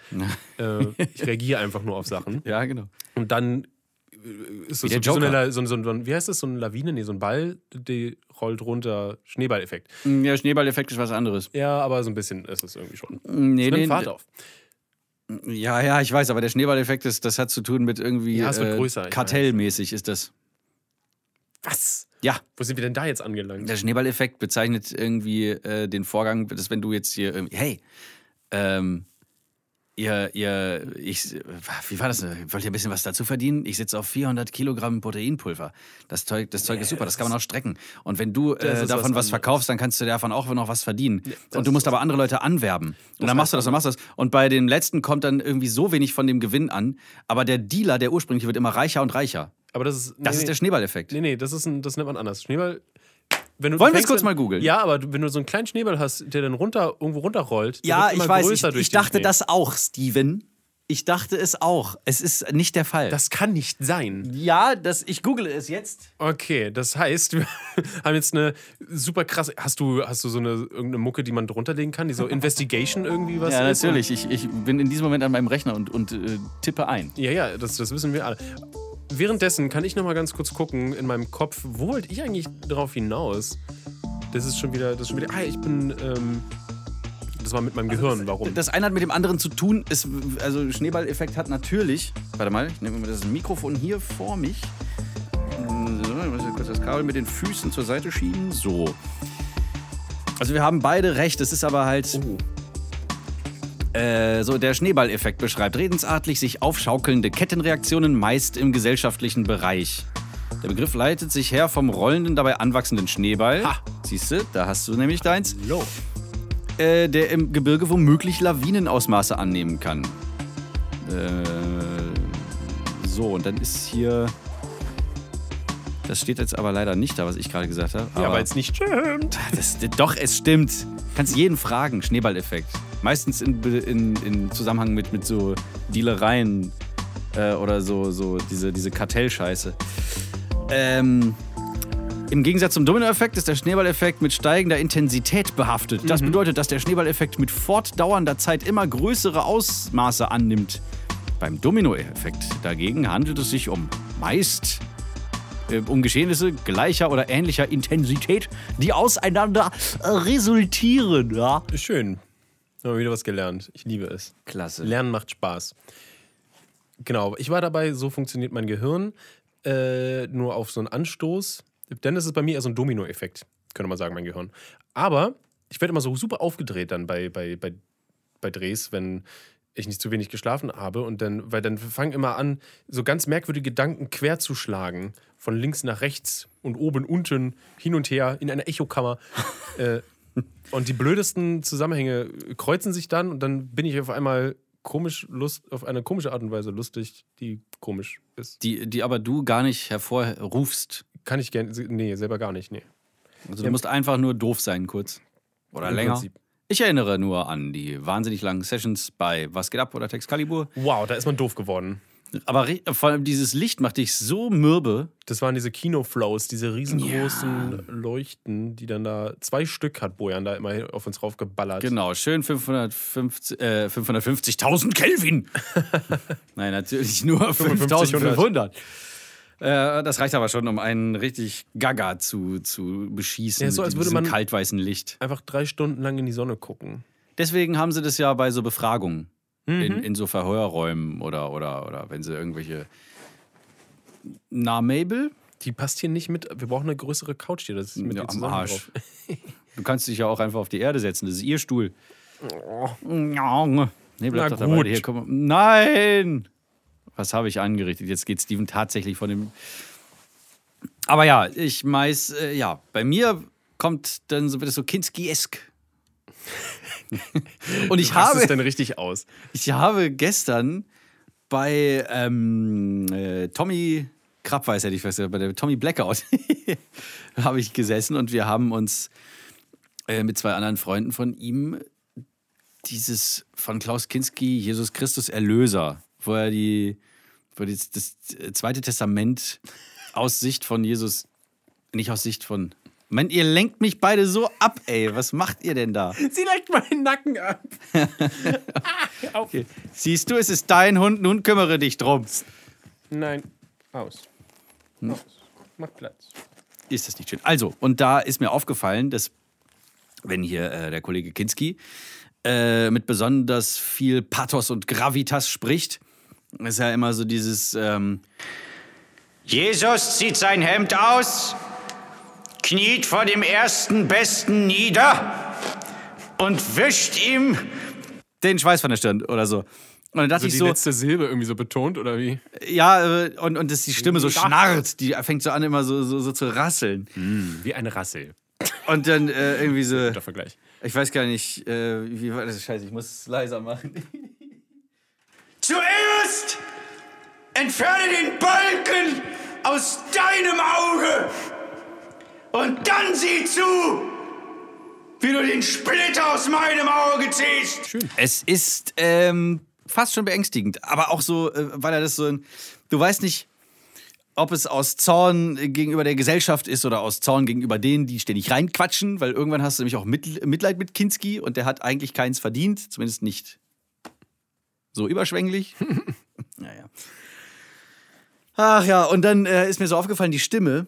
B: äh, ich reagiere einfach nur auf Sachen
A: Ja, genau.
B: und dann äh, ist das
A: der
B: so, so, eine,
A: Joker.
B: La- so, so, so, ein- wie heißt das, so eine Lawine, nee, so ein Ball, die rollt runter, Schneeballeffekt.
A: Mm, Ja, Schneeballeffekt ist was anderes.
B: Ja, aber so ein bisschen ist es irgendwie schon.
A: Mm, Nee,
B: Es nimmt
A: nee,
B: Fahrt auf.
A: ja, ja, ich weiß, aber der Schneeballeffekt ist, das hat zu tun mit irgendwie
B: Ja, es wird
A: äh,
B: größer, ich
A: kartellmäßig ist das.
B: Was?
A: Ja,
B: Wo sind wir denn da jetzt angelangt?
A: der Schneeballeffekt bezeichnet irgendwie äh, den Vorgang, dass wenn du jetzt hier, irgendwie- hey, ähm, ihr, ihr, ich, wie war das? denn? Wollt ihr ein bisschen was dazu verdienen? Ich sitze auf 400 Kilogramm Proteinpulver. Das Zeug, das Zeug ist super, das kann man auch strecken. Und wenn du
B: Das
A: äh,
B: ist was
A: davon was,
B: anderes.
A: verkaufst, dann kannst du davon auch noch was verdienen.
B: das
A: und du
B: ist
A: musst
B: was
A: aber andere Leute anwerben. Und dann machst du das, dann machst du das. Und bei dem letzten kommt dann irgendwie so wenig von dem Gewinn an, aber der Dealer, der ursprüngliche, wird immer reicher und reicher.
B: Aber das ist. Nee,
A: Das ist der Schneeballeffekt.
B: Nee, nee, das, ist ein, das nennt man anders. Schneeball. Wenn du,
A: Wollen wir
B: fängst
A: es kurz
B: dann-
A: mal googeln?
B: Ja, aber du- wenn du so einen kleinen Schneeball hast, der dann runter, irgendwo runterrollt, der
A: Ja,
B: wird immer
A: ich weiß. Ich,
B: größer durch
A: ich
B: den
A: dachte
B: Schnee.
A: das auch, Steven. Ich dachte es auch. Es ist nicht der Fall.
B: Das kann nicht sein.
A: ja, das, ich google es jetzt.
B: Okay, das heißt, [laughs] wir haben jetzt eine super krasse. Hast du, hast du so eine irgendeine Mucke, die man drunter legen kann, die so Investigation irgendwie was
A: Ja,
B: ist?
A: natürlich. Ich, ich bin in diesem Moment an meinem Rechner und, und äh, tippe ein.
B: Ja, ja, das, das wissen wir alle. Währenddessen kann ich noch mal ganz kurz gucken in meinem Kopf, wo wollte ich eigentlich drauf hinaus? Das ist schon wieder, das ist schon wieder. Ah, ich bin. Ähm, das war mit meinem Gehirn. Warum?
A: Also Das eine hat mit dem anderen zu tun. Es, also Schneeballeffekt hat natürlich. Warte mal, ich nehme mal das Mikrofon hier vor mich. So, ich muss jetzt kurz das Kabel mit den Füßen zur Seite schieben. So. Also wir haben beide recht. Es ist aber halt
B: Oh.
A: äh, so der Schneeballeffekt beschreibt redensartlich sich aufschaukelnde Kettenreaktionen meist im gesellschaftlichen Bereich. Der Begriff leitet sich her vom rollenden, dabei anwachsenden Schneeball.
B: Ha.
A: Siehst du, da hast du nämlich deins
B: Hallo.
A: äh, der im Gebirge womöglich Lawinenausmaße annehmen kann. Äh, so, und dann ist hier. Das steht jetzt aber leider nicht da, was ich gerade gesagt habe.
B: Ja, weil es nicht stimmt.
A: das, doch, es stimmt. Kannst jeden fragen, Schneeballeffekt. Meistens in, Be- in, in Zusammenhang mit, mit so Dealereien äh, oder so, so diese, diese Kartellscheiße. Ähm, Im Gegensatz zum Dominoeffekt ist der Schneeballeffekt mit steigender Intensität behaftet. Das bedeutet, dass der Schneeballeffekt mit fortdauernder Zeit immer größere Ausmaße annimmt. Beim Dominoeffekt dagegen handelt es sich um meist äh, um Geschehnisse gleicher oder ähnlicher Intensität, die auseinander äh, resultieren. Ja?
B: [laughs] Schön. Haben wir wieder was gelernt. Ich liebe es.
A: Klasse.
B: Lernen macht Spaß. Genau, ich war dabei, so funktioniert mein Gehirn, äh, nur auf so einen Anstoß. Denn es ist bei mir eher so ein Domino-Effekt, könnte man sagen, mein Gehirn. Aber ich werde immer so super aufgedreht dann bei, bei, bei, bei Drehs, wenn ich nicht zu wenig geschlafen habe. Und dann, weil dann fangen immer an, so ganz merkwürdige Gedanken quer zu schlagen. Von links nach rechts und oben, unten, hin und her, in einer Echokammer. äh, und die blödesten Zusammenhänge kreuzen sich dann und dann bin ich auf einmal komisch lust auf eine komische Art und Weise lustig, die komisch ist.
A: Die, die aber du gar nicht hervorrufst.
B: Kann ich gerne nee, selber gar nicht, nee.
A: Also du musst einfach nur doof sein, kurz. Oder
B: Im
A: länger.
B: Prinzip.
A: Ich erinnere nur an die wahnsinnig langen Sessions bei Was geht ab oder Textkalibur.
B: Wow, da ist man doof geworden.
A: Aber ri- vor allem dieses Licht macht dich so mürbe.
B: Das waren diese Kinoflows, diese riesengroßen Leuchten, die dann da zwei Stück hat Bojan da immerhin auf uns raufgeballert.
A: Genau, schön 550 äh,
B: [laughs]
A: 550.000 Kelvin. Nein, natürlich nur 5.500. Äh, das reicht aber schon, um einen richtig Gaga zu, zu beschießen.
B: Ja, so,
A: mit
B: als würde
A: diesem
B: man-
A: kaltweißen Licht.
B: Einfach drei Stunden lang in die Sonne gucken.
A: Deswegen haben sie das ja bei so Befragungen
B: Mhm.
A: in, in so Verhörräumen oder, oder, oder wenn sie irgendwelche. Na, Mabel?
B: Die passt hier nicht mit. Wir brauchen eine größere Couch hier. Das ist mit
A: Ja,
B: dir
A: am
B: zusammen
A: Arsch.
B: drauf. [laughs]
A: Du kannst dich ja auch einfach auf die Erde setzen. Das ist ihr Stuhl. ne. Nee, bleib
B: Na
A: doch
B: gut.
A: dabei. Hier, komm. Nein! Was habe ich angerichtet? Jetzt geht Steven tatsächlich von dem. Aber ja, ich meis, äh, ja, bei mir kommt dann so wird es
B: [laughs]
A: so Kinski-esk. Und ich
B: Du hast
A: habe,
B: es denn richtig
A: [laughs]
B: aus.
A: ich habe gestern bei ähm, äh, Tommy Krabweis, hätte ich fast gesagt, bei der Tommy Blackout [laughs] habe ich gesessen und wir haben uns äh, mit zwei anderen Freunden von ihm dieses von Klaus Kinski, Jesus Christus Erlöser, wo er die, wo die, das Zweite Testament aus Sicht von Jesus, nicht aus Sicht von. Mann, ihr lenkt mich beide so ab, ey. Was macht ihr denn da?
B: Sie legt meinen Nacken [laughs] ab. ah, okay.
A: Siehst du, es ist dein Hund, nun kümmere dich drum.
B: Nein, aus. Aus. Mach Platz.
A: ist das nicht schön. Also, und da ist mir aufgefallen, dass, wenn hier äh, der Kollege Kinski äh, mit besonders viel Pathos und Gravitas spricht, ist ja immer so dieses. Ähm,
C: Jesus zieht sein Hemd aus, kniet vor dem ersten Besten nieder und wischt ihm
A: den Schweiß von der Stirn oder so. Und dann dachte
B: Also die
A: ich so,
B: letzte Silbe irgendwie so betont oder wie?
A: ja, äh, und, und dass die Stimme so schnarrt, die fängt so an, immer so, so, so zu rasseln.
B: Wie eine Rassel.
A: Und dann äh, irgendwie so,
B: Der Vergleich.
A: ich weiß gar nicht, äh, wie war das? Scheiße, ich muss es
C: [laughs]
A: leiser machen.
C: zuerst entferne den Balken aus deinem Auge. Und dann sieh zu, wie du den Splitter aus meinem Auge ziehst.
A: Es ist ähm, fast schon beängstigend, aber auch so, äh, weil er das so ein. Du weißt nicht, ob es aus Zorn gegenüber der Gesellschaft ist oder aus Zorn gegenüber denen, die ständig reinquatschen, weil irgendwann hast du nämlich auch Mit- Mitleid mit Kinski und der hat eigentlich keins verdient, zumindest nicht
C: [laughs]
A: so überschwänglich. naja. Ach ja, und dann äh, ist mir so aufgefallen, die Stimme,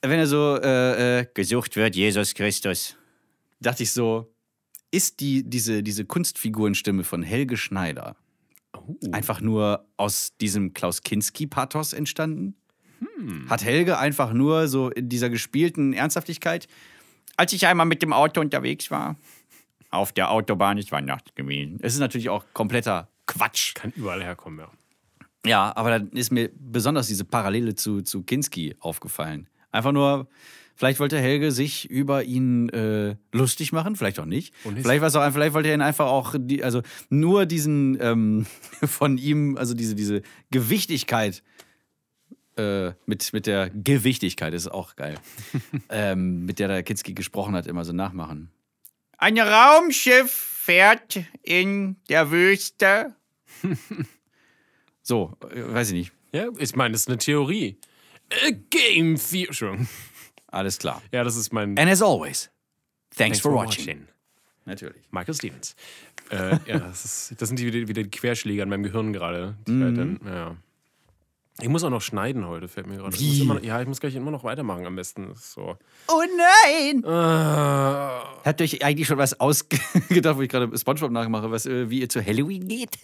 A: wenn er so äh, äh,
C: Gesucht wird Jesus Christus.
A: dachte ich so, ist die, diese, diese Kunstfigurenstimme von Helge Schneider einfach nur aus diesem Klaus Kinski-Pathos entstanden? Hat Helge einfach nur so in dieser gespielten Ernsthaftigkeit,
C: Als ich einmal mit dem Auto unterwegs war. Auf der Autobahn, ich war nachts gewesen.
A: es ist natürlich auch kompletter Quatsch.
B: Kann überall herkommen, ja.
A: Ja, aber dann ist mir besonders diese Parallele zu, zu Kinski aufgefallen. Einfach nur, vielleicht wollte Helge sich über ihn äh, lustig machen, vielleicht auch nicht.
B: nicht.
A: Vielleicht, war's auch, vielleicht wollte er ihn einfach auch, die, also nur diesen ähm, [laughs] von ihm, also diese, diese Gewichtigkeit äh, mit, mit der Gewichtigkeit, das ist
C: [laughs]
A: auch geil, ähm, mit der der Kinski gesprochen hat, immer so nachmachen.
C: Ein Raumschiff fährt in der Wüste.
A: So, äh, weiß ich nicht.
B: Ja, ich meine, das ist eine Theorie. A game Theory. Entschuldigung.
A: Alles klar.
B: Ja, das ist mein.
A: And as always, thanks, for, watching. Natürlich.
B: Michael Stevens. Äh, ja, das, ist, das sind die, wieder- wieder die Querschläge an meinem Gehirn gerade. Die halt dann, ja. Ich muss auch noch schneiden heute, fällt mir gerade. Ich muss
A: Wie?
B: immer noch- Ja, ich muss gleich immer noch weitermachen am besten. Das ist So.
A: Oh nein!
B: Äh,
A: Habt ihr euch eigentlich schon was ausgedacht, wo ich gerade Spongebob nachmache, was, äh, wie ihr zu Halloween geht?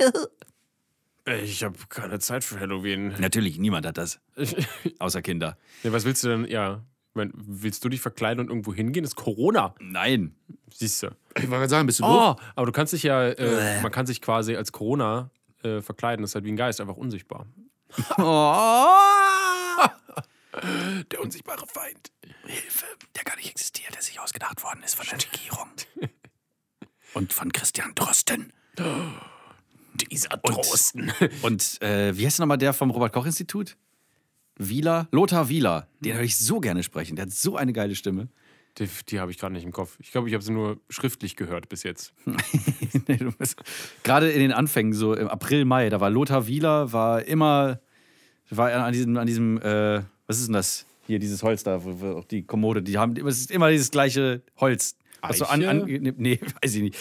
B: ich habe keine Zeit für Halloween.
A: [laughs] Natürlich, niemand hat [laughs] das. Außer Kinder.
B: Ja, was willst du denn? Ja, ich mein, willst du dich verkleiden und irgendwo hingehen? Das ist Corona,
A: [laughs] Nein.
B: siehst du.
D: Ich wollte gerade sagen, bist du doof?
B: Oh, aber du kannst dich ja, äh, man kann sich quasi als Corona äh, verkleiden. Das ist halt wie ein Geist, einfach unsichtbar.
A: Oh!
B: Der unsichtbare Feind.
A: Hilfe, der gar nicht existiert, der sich ausgedacht worden ist von der [laughs] Regierung. Und von Christian Drosten.
B: Dieser Drosten.
A: Und äh, wie heißt nochmal der vom Robert-Koch-Institut? Wieler? Lothar Wieler. Den höre ich so gerne sprechen. Der hat so eine geile Stimme.
B: Die, die habe ich gerade nicht im Kopf. Ich glaube, ich habe sie nur schriftlich gehört bis jetzt.
A: [laughs] Nee, du bist- Gerade in den Anfängen, so im April, Mai, da war Lothar Wieler, war immer, war an diesem, an diesem äh, was ist denn das? Hier, dieses Holz da, wo, wo, auch die Kommode, die haben, es ist immer dieses gleiche Holz. Was so an,
B: Eiche?
A: an, ne, nee, weiß ich nicht.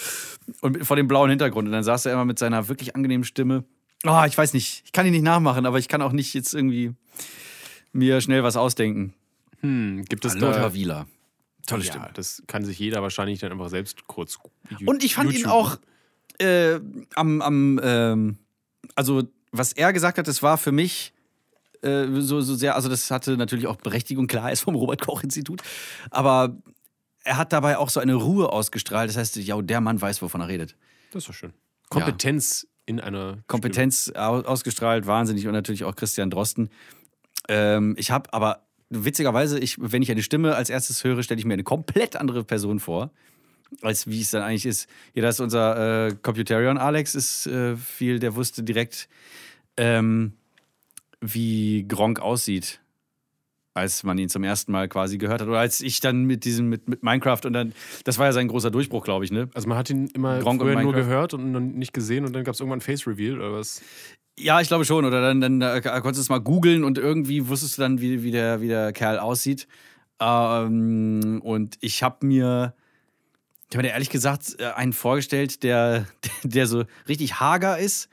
A: Und vor dem blauen Hintergrund. Und dann saß er immer mit seiner wirklich angenehmen Stimme. Oh, ich weiß nicht, ich kann ihn nicht nachmachen, aber ich kann auch nicht jetzt irgendwie mir schnell was ausdenken.
B: Hm, Gibt es
A: Lothar
B: da?
A: Wieler. Tolle Stimme.
B: Ja, das kann sich jeder wahrscheinlich dann einfach selbst kurz.
A: Und ich fand ihn
B: YouTube.
A: auch äh, am, am ähm, also was er gesagt hat, das war für mich äh, so, so sehr, also das hatte natürlich auch Berechtigung, klar, [laughs] er ist vom Robert-Koch-Institut, aber er hat dabei auch so eine Ruhe ausgestrahlt, das heißt, ja, der Mann weiß, wovon er redet.
B: Das ist doch schön. Kompetenz in einer.
A: Kompetenz au- ausgestrahlt, wahnsinnig und natürlich auch Christian Drosten. Ähm, ich habe aber witzigerweise, ich, wenn ich eine Stimme als erstes höre, stelle ich mir eine komplett andere Person vor, als wie es dann eigentlich ist. Hier, das ist unser äh, Computerion Alex, ist äh, viel, der wusste direkt, ähm, wie Gronk aussieht. Als man ihn zum ersten Mal quasi gehört hat. Oder als ich dann mit diesem, mit, mit Minecraft und dann, das war ja sein großer Durchbruch, glaube ich, ne?
B: Also man hat ihn immer
A: Gronk und
B: früher nur
A: Minecraft.
B: gehört und dann nicht gesehen und dann gab es irgendwann ein Face Reveal oder was.
A: Ja, ich glaube schon. Oder dann, dann äh, konntest du es mal googeln und irgendwie wusstest du dann, wie, wie, der, wie der Kerl aussieht. Ähm, und ich habe mir, ich habe mir da ehrlich gesagt äh, einen vorgestellt, der, [laughs] der so richtig hager ist.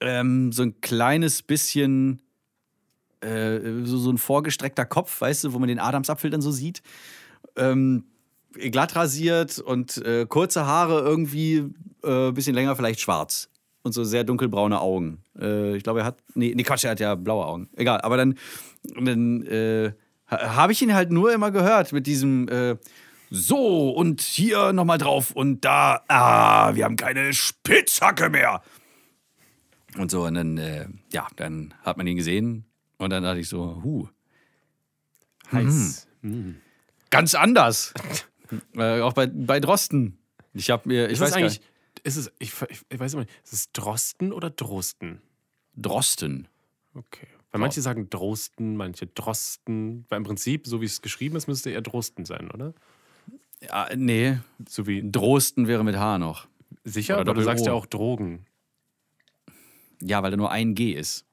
A: Ähm, so ein kleines bisschen, äh, so, so ein vorgestreckter Kopf, weißt du, wo man den Adamsapfel dann so sieht. Ähm, glatt rasiert und äh, kurze Haare irgendwie äh, bisschen länger, vielleicht schwarz. Und so sehr dunkelbraune Augen. Äh, ich glaube, er hat. Nee, nee, Quatsch, er hat ja blaue Augen. Egal, aber dann, dann äh, ha- habe ich ihn halt nur immer gehört mit diesem. Äh, so, und hier nochmal drauf und da. Ah, wir haben keine Spitzhacke mehr. Und so, und dann, äh, ja, dann hat man ihn gesehen und dann dachte ich so, huh, Mhm.
B: Heiß.
A: ganz anders. äh, auch bei, bei Drosten. Ich habe mir, ich
B: Ist
A: weiß
B: das
A: gar
B: eigentlich.
A: nicht.
B: Ist es, ich, ich weiß immer nicht, ist es Drosten oder Drosten?
A: Drosten.
B: Okay. Weil manche sagen Drosten, manche Drosten. Weil im Prinzip, so wie es geschrieben ist, müsste er Drosten sein, oder?
A: Ja, nee,
B: So wie
A: Drosten wäre mit H noch.
B: sicher,
A: Oder
B: aber du
A: Doppel-O.
B: sagst ja auch Drogen. [laughs]
A: Ja, weil da nur ein G ist.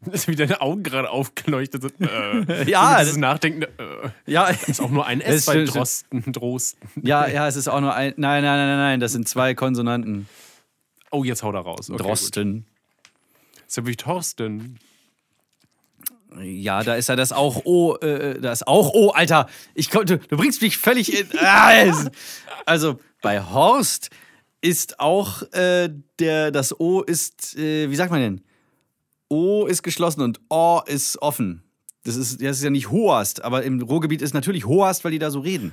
B: Wie deine Augen gerade aufgeleuchtet sind. Äh,
A: [laughs] Ja,
B: so
A: das-
B: dieses Nachdenken. Äh,
A: Ja,
B: ist auch nur ein
A: [laughs]
B: S
A: Das
B: bei
A: stimmt, stimmt.
B: Drosten, Drosten.
A: ja, ja, es ist auch nur ein. Nein, nein, nein, nein, nein, das sind zwei Konsonanten.
B: Oh, jetzt hau da raus. Okay,
A: Drosten.
B: gut. Ist ja wie Thorsten.
A: Ja, da ist ja das auch O, äh, da ist auch O, Alter. Ich komm, du, du bringst mich völlig in. [laughs] Ah, es- also bei Horst ist auch äh, der, das O ist, äh, wie sagt man denn? O ist geschlossen und O ist offen. Das ist, das ist ja nicht Hoast, aber im Ruhrgebiet ist natürlich Hoast, weil die da so reden.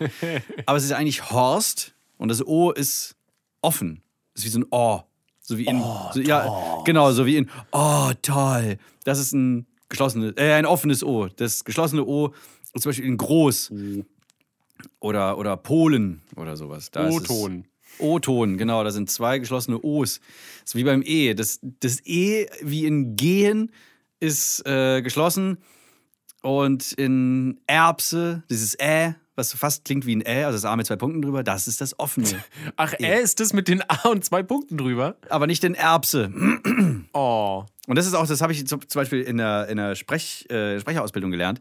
A: Aber es ist ja eigentlich Horst und das O ist offen. Ist wie so ein Oh. So wie in. so, ja, genau, so wie in Oh, toll. Das ist ein geschlossenes, äh, ein offenes O. Das geschlossene O, ist zum Beispiel in Groß. Oder, oder Polen oder sowas. Da ist es-
B: O-Ton.
A: O-Ton, genau, da sind zwei geschlossene O's. Das ist wie beim E. Das, das E wie in Gehen ist äh, geschlossen und in Erbse, dieses Ä, was so fast klingt wie ein Ä, also das A mit zwei Punkten drüber, das ist das offene.
B: Ach, er ist das mit den A und zwei Punkten drüber?
A: Aber nicht in Erbse.
B: Oh.
A: Und das ist auch, das habe ich zum zum Beispiel in der, in der Sprech, äh, Sprecherausbildung gelernt,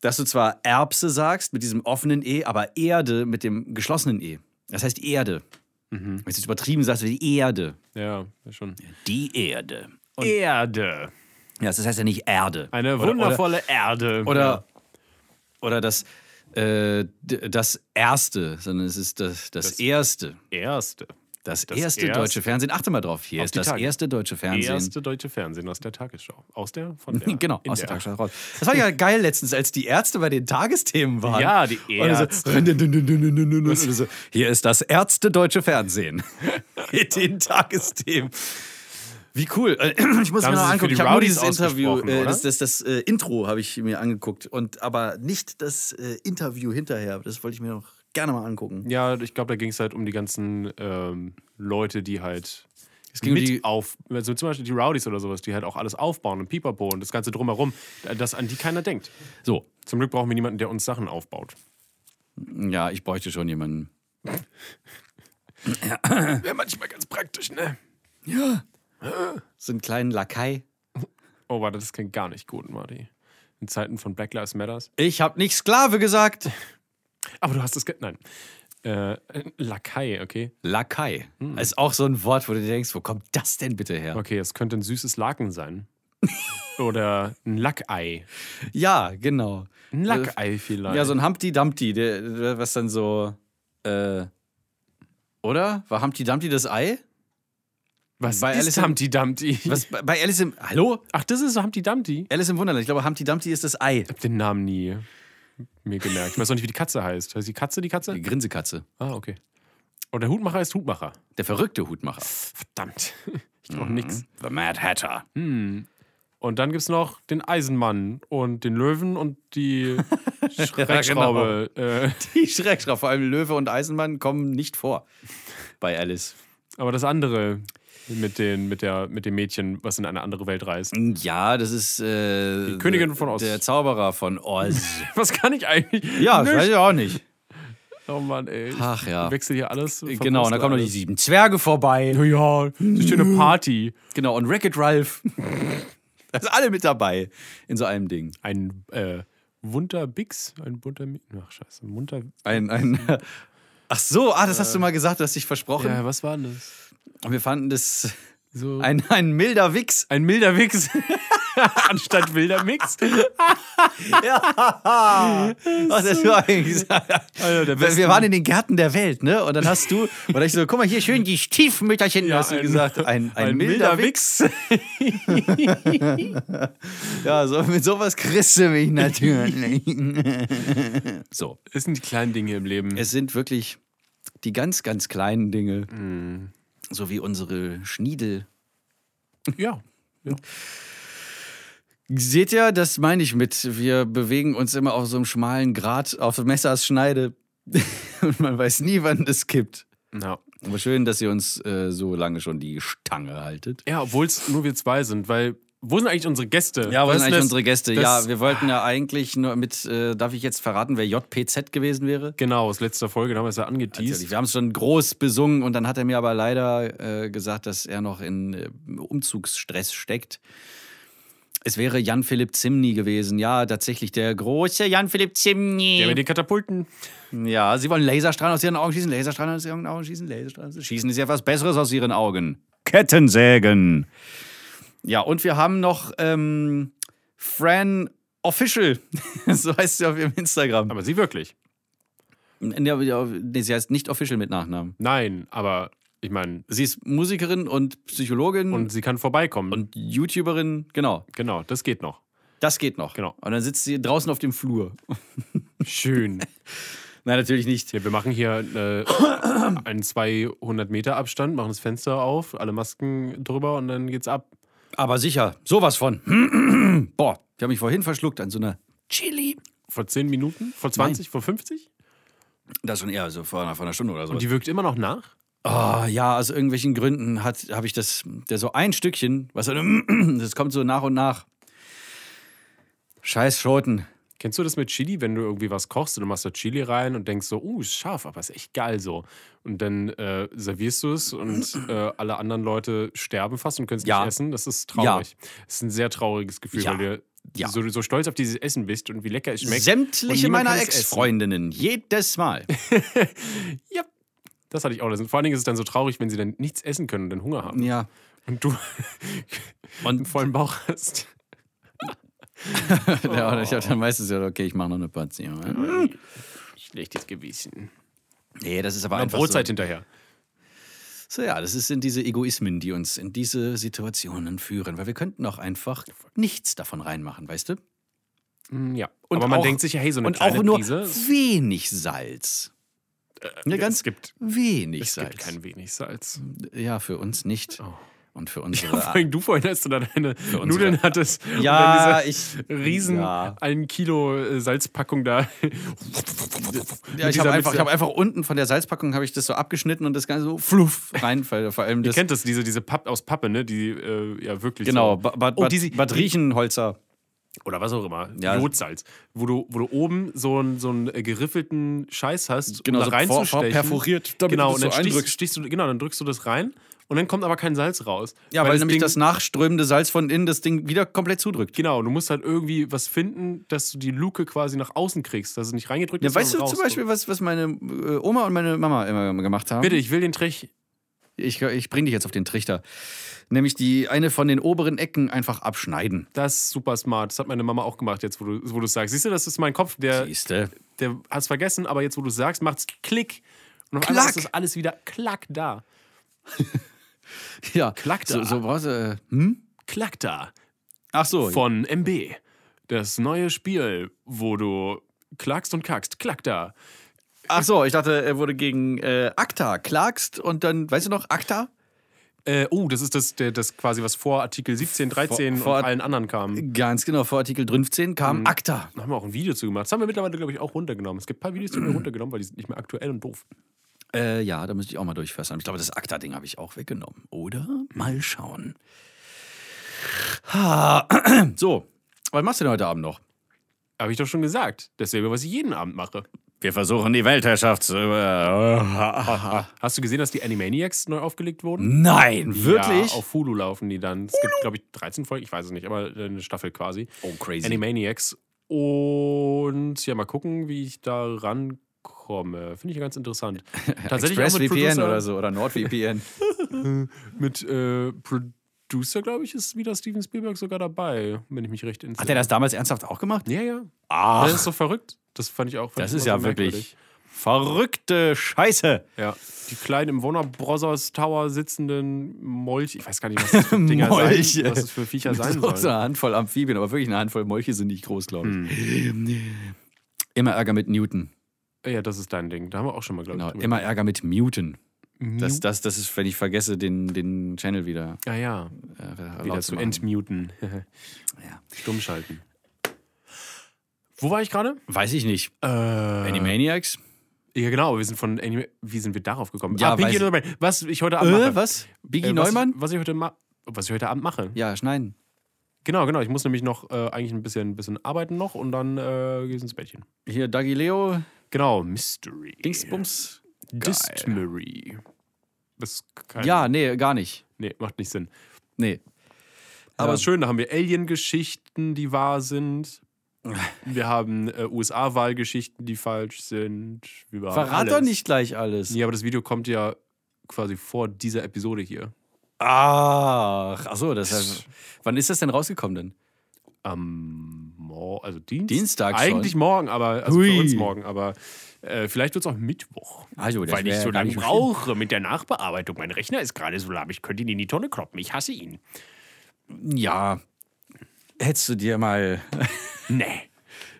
A: dass du zwar Erbse sagst mit diesem offenen E, aber Erde mit dem geschlossenen E. Das heißt Erde. Wenn du es übertrieben sagst, wie Erde.
B: Ja, schon.
A: Die Erde.
B: Erde.
A: Ja, das heißt ja nicht Erde.
B: Eine
A: Oder-
B: wundervolle Erde.
A: Oder, oder das, äh, d- das Erste, sondern es ist das, das, Erste.
B: Ja. erste.
A: Das,
B: das
A: erste
B: Erst-
A: deutsche Fernsehen. Achte mal drauf. Hier ist
B: die
A: das
B: Tage.
A: erste deutsche Fernsehen.
B: Erste deutsche Fernsehen aus der Tagesschau. Aus der? Von [laughs] der?
A: [laughs] Genau,
B: in
A: aus der Tagesschau raus. Das
B: [laughs]
A: war ja geil letztens, als die Ärzte bei den Tagesthemen waren.
B: Ja, die
A: Und so,
B: Ärzte.
A: rin- din- din- din- din- din- din- din- so, Hier ist das Ärzte
B: [laughs]
A: deutsche Fernsehen. Mit den Tagesthemen. Wie cool. Äh, [clears throat] Ich muss
B: Da haben
A: mir
B: sie sich für
A: noch angucken.
B: die
A: Ich habe nur
B: Rowdies
A: dieses Interview,
B: ausgesprochen,
A: äh,
B: oder?
A: das, das, das äh, Intro habe ich mir angeguckt. Und, aber nicht das äh, Interview hinterher. Das wollte ich mir noch gerne mal angucken.
B: Ja, ich glaube, da ging es halt um die ganzen ähm, Leute, die halt es
A: ging um
B: mit
A: die-
B: auf, also zum Beispiel die Rowdies oder sowas, die halt auch alles aufbauen und Pipapo und das Ganze drumherum, dass an die keiner denkt.
A: So.
B: Zum Glück brauchen wir niemanden, der uns Sachen aufbaut.
A: Ja, ich bräuchte schon jemanden.
B: Wäre manchmal ganz praktisch, ne?
A: So einen kleinen Lakai.
B: Oh, warte, das klingt gar nicht gut, Marty. In Zeiten von Black Lives Matters.
A: Ich habe nicht Sklave gesagt.
B: Aber du hast es, ge- nein. Äh, Lakai, okay.
A: Lakai. Ist auch so ein Wort, wo du dir denkst, wo kommt das denn bitte her?
B: Hm. Okay, es könnte ein süßes Laken sein.
A: [laughs]
B: Oder ein Lackei.
A: Ja, genau.
B: Ein Lackei vielleicht.
A: Ja, so ein Humpty Dumpty, der, der, was dann so. Äh, oder? War Humpty Dumpty das Ei?
B: was
A: bei Alice
B: ist
A: im-
B: Humpty Dumpty?
A: Was bei- bei Alice im. Hallo?
B: Ach, das ist Humpty Dumpty?
A: Alice im Wunderland. Ich glaube, Humpty Dumpty ist das Ei.
B: den Namen nie mir gemerkt. Ich weiß auch nicht, wie die Katze heißt. Heißt die Katze die Katze?
A: Die Grinsekatze.
B: Ah, okay. Und der Hutmacher ist Hutmacher.
A: Der verrückte Hutmacher.
B: Verdammt. [laughs] Ich
A: Mhm.
B: brauche nix.
A: The Mad Hatter.
B: Und dann gibt es noch den Eisenmann und den Löwen und
A: [laughs]
B: die
A: genau.
B: Schreckschraube. äh,
A: Die Schreckschraube. Vor allem Löwe und Eisenmann kommen nicht vor. Bei Alice.
B: aber das andere mit, den, mit, der, mit dem Mädchen, was in eine andere Welt reist.
A: Ja, das ist. Äh,
B: Die Königin von Oz.
A: Der Zauberer
B: [laughs]
A: von Oz.
B: [laughs] Was kann ich eigentlich?
A: ja, das
B: Nicht.
A: weiß ich auch nicht.
B: Oh Mann, ey.
A: Ach ja.
B: Ich wechsel hier alles. verwurstel
A: Genau, und dann kommen noch die sieben Zwerge vorbei.
B: alles. Ja, das ist eine schöne Party.
A: Genau, und Wreck-It Ralph. [laughs] da sind alle mit dabei in so einem Ding.
B: Ein äh, bunter Bix, ein bunter. Mi- Ach, scheiße. Munter.
A: Ein, [laughs] ein Ach so, ah, das hast du mal gesagt, du hast dich versprochen.
B: Ja, was war denn das?
A: Und wir fanden das
B: So.
A: ein, ein milder Wichs.
B: Ein milder
A: [laughs]
B: Mix. [laughs] Anstatt wilder Mix. Also,
A: Was hast du Oh, eigentlich gesagt?
B: Alter, der
A: wir, wir waren in den Gärten der Welt, ne? Und dann hast du, oder ich so, guck mal hier schön die Stiefmütterchen, hast du [laughs] gesagt, ein, ein, milder, Wichs.
B: Mix.
A: Ja, so, mit sowas kriegst du mich natürlich. [laughs] so.
B: Das sind die kleinen Dinge im Leben.
A: Es sind wirklich die ganz, ganz kleinen Dinge. Mhm. So wie unsere Schniedel.
B: ja. ja.
A: Seht ihr, das meine ich mit. Wir bewegen uns immer auf so einem schmalen Grat, auf Messers Schneide. [laughs] Und man weiß nie, wann es kippt.
B: Ja.
A: Aber schön, dass ihr uns äh, so lange schon die Stange haltet.
B: ja, obwohl es nur wir zwei sind, weil Wo sind eigentlich unsere Gäste?
A: Ja,
B: Was
A: was
B: ist
A: sind eigentlich
B: das-
A: unsere Gäste?
B: das-
A: Ja, wir wollten ja eigentlich nur mit, äh, darf ich jetzt verraten, wer JPZ gewesen wäre?
B: Genau, aus letzter Folge, da haben wir es ja
A: Natürlich.
B: angeteased.
A: Wir haben es schon groß besungen und dann hat er mir aber leider äh, gesagt, dass er noch in äh, Umzugsstress steckt. Es wäre Jan-Philipp Zimny gewesen. Ja, tatsächlich der große Jan-Philipp Zimny.
B: Ja, mit den Katapulten.
A: Ja, sie wollen Laserstrahlen aus ihren Augen schießen, Laserstrahlen aus ihren Augen schießen, Laserstrahlen. aus ihren- Schießen ist ja was Besseres aus ihren Augen. Kettensägen. Ja, und wir haben noch ähm, Fran Official. [laughs] so heißt sie auf ihrem Instagram.
B: Aber sie wirklich.
A: Ja, ja, nee, sie heißt nicht Official mit Nachnamen.
B: Nein, aber ich meine,
A: Sie ist Musikerin und Psychologin
B: und sie kann vorbeikommen.
A: und YouTuberin. Genau,
B: genau, das geht noch.
A: das geht noch.
B: Genau.
A: Und dann sitzt sie draußen auf dem Flur.
B: Schön.
A: [laughs] Nein, natürlich nicht.
B: Ja, wir machen hier äh, einen 200 Meter Abstand, machen das Fenster auf, alle Masken drüber und dann geht's ab.
A: Aber sicher, sowas von. [clears throat] Boah, ich habe mich vorhin verschluckt an so einer Chili.
B: Vor 10 Minuten? Vor 20? Vor 50?
A: Das schon eher so vor einer, vor einer Stunde oder so.
B: Und die wirkt immer noch nach?
A: Oh, ja, aus irgendwelchen Gründen hat habe ich das, der so ein Stückchen, was so- [clears throat] das kommt so nach und nach. Scheiß Schoten.
B: Kennst du das mit Chili, wenn du irgendwie was kochst und du machst da Chili rein und denkst so, uh, ist scharf, aber ist echt geil so. Und dann äh, servierst du es und äh, alle anderen Leute sterben fast und können es
A: Ja.
B: nicht essen. Das ist traurig. Das ist ein sehr trauriges Gefühl,
A: Ja.
B: weil du
A: Ja.
B: so, so stolz auf dieses Essen bist und wie lecker es schmeckt. Und
A: Sämtliche
B: niemand
A: meiner
B: kann es essen.
A: Ex-Freundinnen,
B: [laughs]
A: jedes Mal.
B: Ja, das hatte ich auch. letztens. Vor allen Dingen ist es dann so traurig, wenn sie dann nichts essen können und dann Hunger haben.
A: ja.
B: Und du [laughs] einen
A: Und,
B: vollen Bauch hast.
A: [laughs] ja, und ich habe dann meistens gesagt, okay, ich mache noch eine Partie.
B: Schlechtes Gewissen.
A: Nee, das ist aber
B: Und
A: einfach
B: Brotzeit hinterher.
A: so. so. Ja, das ist- sind diese Egoismen, die uns in diese Situationen führen, weil wir könnten auch einfach nichts davon reinmachen, weißt du?
B: Mm, Ja. Aber man
A: auch-
B: denkt sich ja, hey, so eine
A: und
B: kleine
A: auch nur
B: Prise.
A: wenig Salz. Ne,
B: ja, es gibt-
A: wenig
B: Es
A: Salz.
B: gibt kein wenig Salz.
A: ja, für uns nicht.
B: Oh. [laughs]
A: Und für unsere.
B: Vor allem du vorhin, als du da deine Nudeln hattest. und
A: Ja,
B: dann diese
A: ich-
B: Riesen,
A: ja.
B: ein Kilo äh, Salzpackung da.
A: ja, ich habe einfach, ich hab einfach unten von der Salzpackung habe ich das so abgeschnitten und das Ganze so fluff rein, weil vor
B: [laughs]
A: allem
B: Ihr
A: das.
B: kennt das, diese, diese Papp aus Pappe, ne? Die äh, ja wirklich.
A: Genau,
B: So,
A: Bad, Bad,
B: Oh,
A: Bad,
B: diese-
A: Bad Riechenholzer.
B: oder was auch immer.
A: Ja.
B: Jodsalz. Wo du, wo du oben so einen, so einen äh, geriffelten Scheiß hast,
A: Genau,
B: um da
A: so
B: reinzustechen.
A: vor- perforiert, damit
B: genau, und
A: du das
B: dann
A: so
B: stichst,
A: eindrückst.
B: stichst du, genau, dann drückst du das rein und dann kommt aber kein Salz raus.
A: Ja, weil, nämlich
B: Ding-
A: das nachströmende Salz von innen das Ding wieder komplett zudrückt.
B: Genau, du musst halt irgendwie was finden, dass du die Luke quasi nach außen kriegst, dass es nicht reingedrückt
A: Ja,
B: ist.
A: weißt du
B: sondern
A: zum
B: raus.
A: Beispiel, was, was meine äh, Oma und meine Mama immer gemacht haben?
B: Bitte, ich will den Trech.
A: Ich, ich bring dich jetzt auf den Trichter. Nämlich die eine von den oberen Ecken einfach abschneiden.
B: Das ist super smart. Das hat meine Mama auch gemacht, jetzt, wo du es wo du's sagst. Siehst du, das ist mein Kopf, der, [laughs]
A: Siehste.
B: der hat es vergessen, aber jetzt, wo du es sagst, macht's Klick. Und auf
A: Klack.
B: einmal ist das alles wieder klack da.
A: Ja.
B: Klack da.
A: So, so was, äh, hm?
B: Klack da.
A: Ach so.
B: Von MB. Das neue Spiel, wo du klackst und kackst. Klack da.
A: Ach so, ich dachte, er wurde gegen äh, ACTA klagst und dann, weißt du noch, ACTA?
B: Äh, oh, das ist das, der, das quasi, was vor Artikel 17, 13
A: Vor- vor-
B: und allen anderen kam.
A: Ganz genau, vor Artikel 15 kam ACTA.
B: Da haben wir auch ein Video zu gemacht. Das haben wir mittlerweile, glaube ich, auch runtergenommen. Es gibt ein paar Videos, die haben
A: [clears throat]
B: wir runtergenommen, weil die sind nicht mehr aktuell und doof.
A: Äh, ja, da müsste ich auch mal durchfassen. Ich glaube, das ACTA-Ding habe ich auch weggenommen. Oder? Mal schauen. [clears throat] Ha. So, was machst du denn heute Abend noch?
B: Habe ich doch schon gesagt. Dasselbe, was ich jeden Abend mache.
A: Wir versuchen die Weltherrschaft zu. äh,
B: Hast du gesehen, dass die Animaniacs neu aufgelegt wurden?
A: [laughs] Nein, wirklich?
B: Ja, auf Hulu laufen die dann. Es gibt, glaube ich, 13 Folgen, ich weiß es nicht, aber eine Staffel quasi.
A: oh, crazy.
B: Animaniacs. Und ja, mal gucken, wie ich da rankomme. Finde ich ja ganz
A: [laughs]
B: interessant. Tatsächlich auch mit
A: ExpressVPN
B: Producer,
A: oder so oder NordVPN.
B: Mit äh, Producer, glaube ich, ist wieder Steven Spielberg sogar dabei, wenn ich mich recht entsinne.
A: Hat er das damals ernsthaft auch gemacht?
B: Ja, ja.
A: Ach,
B: Das ist so verrückt. Das fand ich auch. Fand
A: das
B: ich
A: ist
B: immer
A: ja
B: so
A: wirklich
B: merkwürdig.
A: verrückte Scheiße.
B: Ja. Die kleinen im Warner Brothers Tower sitzenden Molch. Ich weiß gar nicht, was
A: [laughs]
B: das für Dinger
A: Molche.
B: sein, was das für
A: [laughs]
B: Viecher sein
A: so, so
B: sollen.
A: eine Handvoll Amphibien, aber wirklich eine Handvoll Molche sind nicht groß, glaube ich. Hm. Immer Ärger mit Newton.
B: Ja, das ist dein Ding. Da haben wir auch schon mal, glaube
A: Genau,
B: ich. drüber-
A: immer Ärger mit Newton. Das, das, das ist, wenn ich vergesse, den, den Channel wieder,
B: Ah ja,
A: äh,
B: wieder
A: laut
B: zu
A: machen. [laughs]
B: entmuten.
A: Ja.
B: Stummschalten. Wo war ich gerade?
A: Weiß ich nicht.
B: Äh,
A: Animaniacs?
B: ja, genau. Wir sind von Anime. Wie sind wir darauf gekommen?
A: Ja,
B: ah, Pinky
A: weiß-
B: and the Brain. Was ich heute Abend mache.
A: Äh, was? Biggie
B: Äh, was ich-
A: Neumann?
B: Was ich, heute ma was ich heute Abend mache.
A: Ja, schneiden.
B: Genau, genau. Ich muss nämlich noch äh, eigentlich ein bisschen, bisschen arbeiten noch und dann äh, geht's ins Bettchen.
A: Hier, Dagi Leo,
B: Genau, Mystery.
A: Dingsbums. Geil.
B: Distillery. Das ist kein,
A: Ja, nee, gar nicht.
B: Nee, macht nicht Sinn.
A: Nee.
B: Aber
A: Ja.
B: ist schön, da haben wir Alien-Geschichten, die wahr
A: [laughs]
B: sind. Wir haben äh, USA-Wahlgeschichten, die falsch sind. Wir haben
A: Verrat
B: alles.
A: doch nicht gleich alles.
B: Nee, aber das Video kommt ja quasi vor dieser Episode hier.
A: Ach, ach so, das heißt, wann ist das denn rausgekommen denn?
B: Am Morgen, also Dienst
A: Dienstag schon.
B: Eigentlich morgen, aber also
A: Hui.
B: für uns morgen, aber äh, vielleicht wird es auch Mittwoch.
A: Also, das
B: Weil ich
A: wär
B: so
A: gar
B: lange
A: nicht
B: brauche mit der Nachbearbeitung. Mein Rechner ist gerade so lahm, ich könnte ihn in die Tonne kloppen. Ich hasse ihn.
A: Ja. Hättest du dir mal. [laughs]
B: Nee.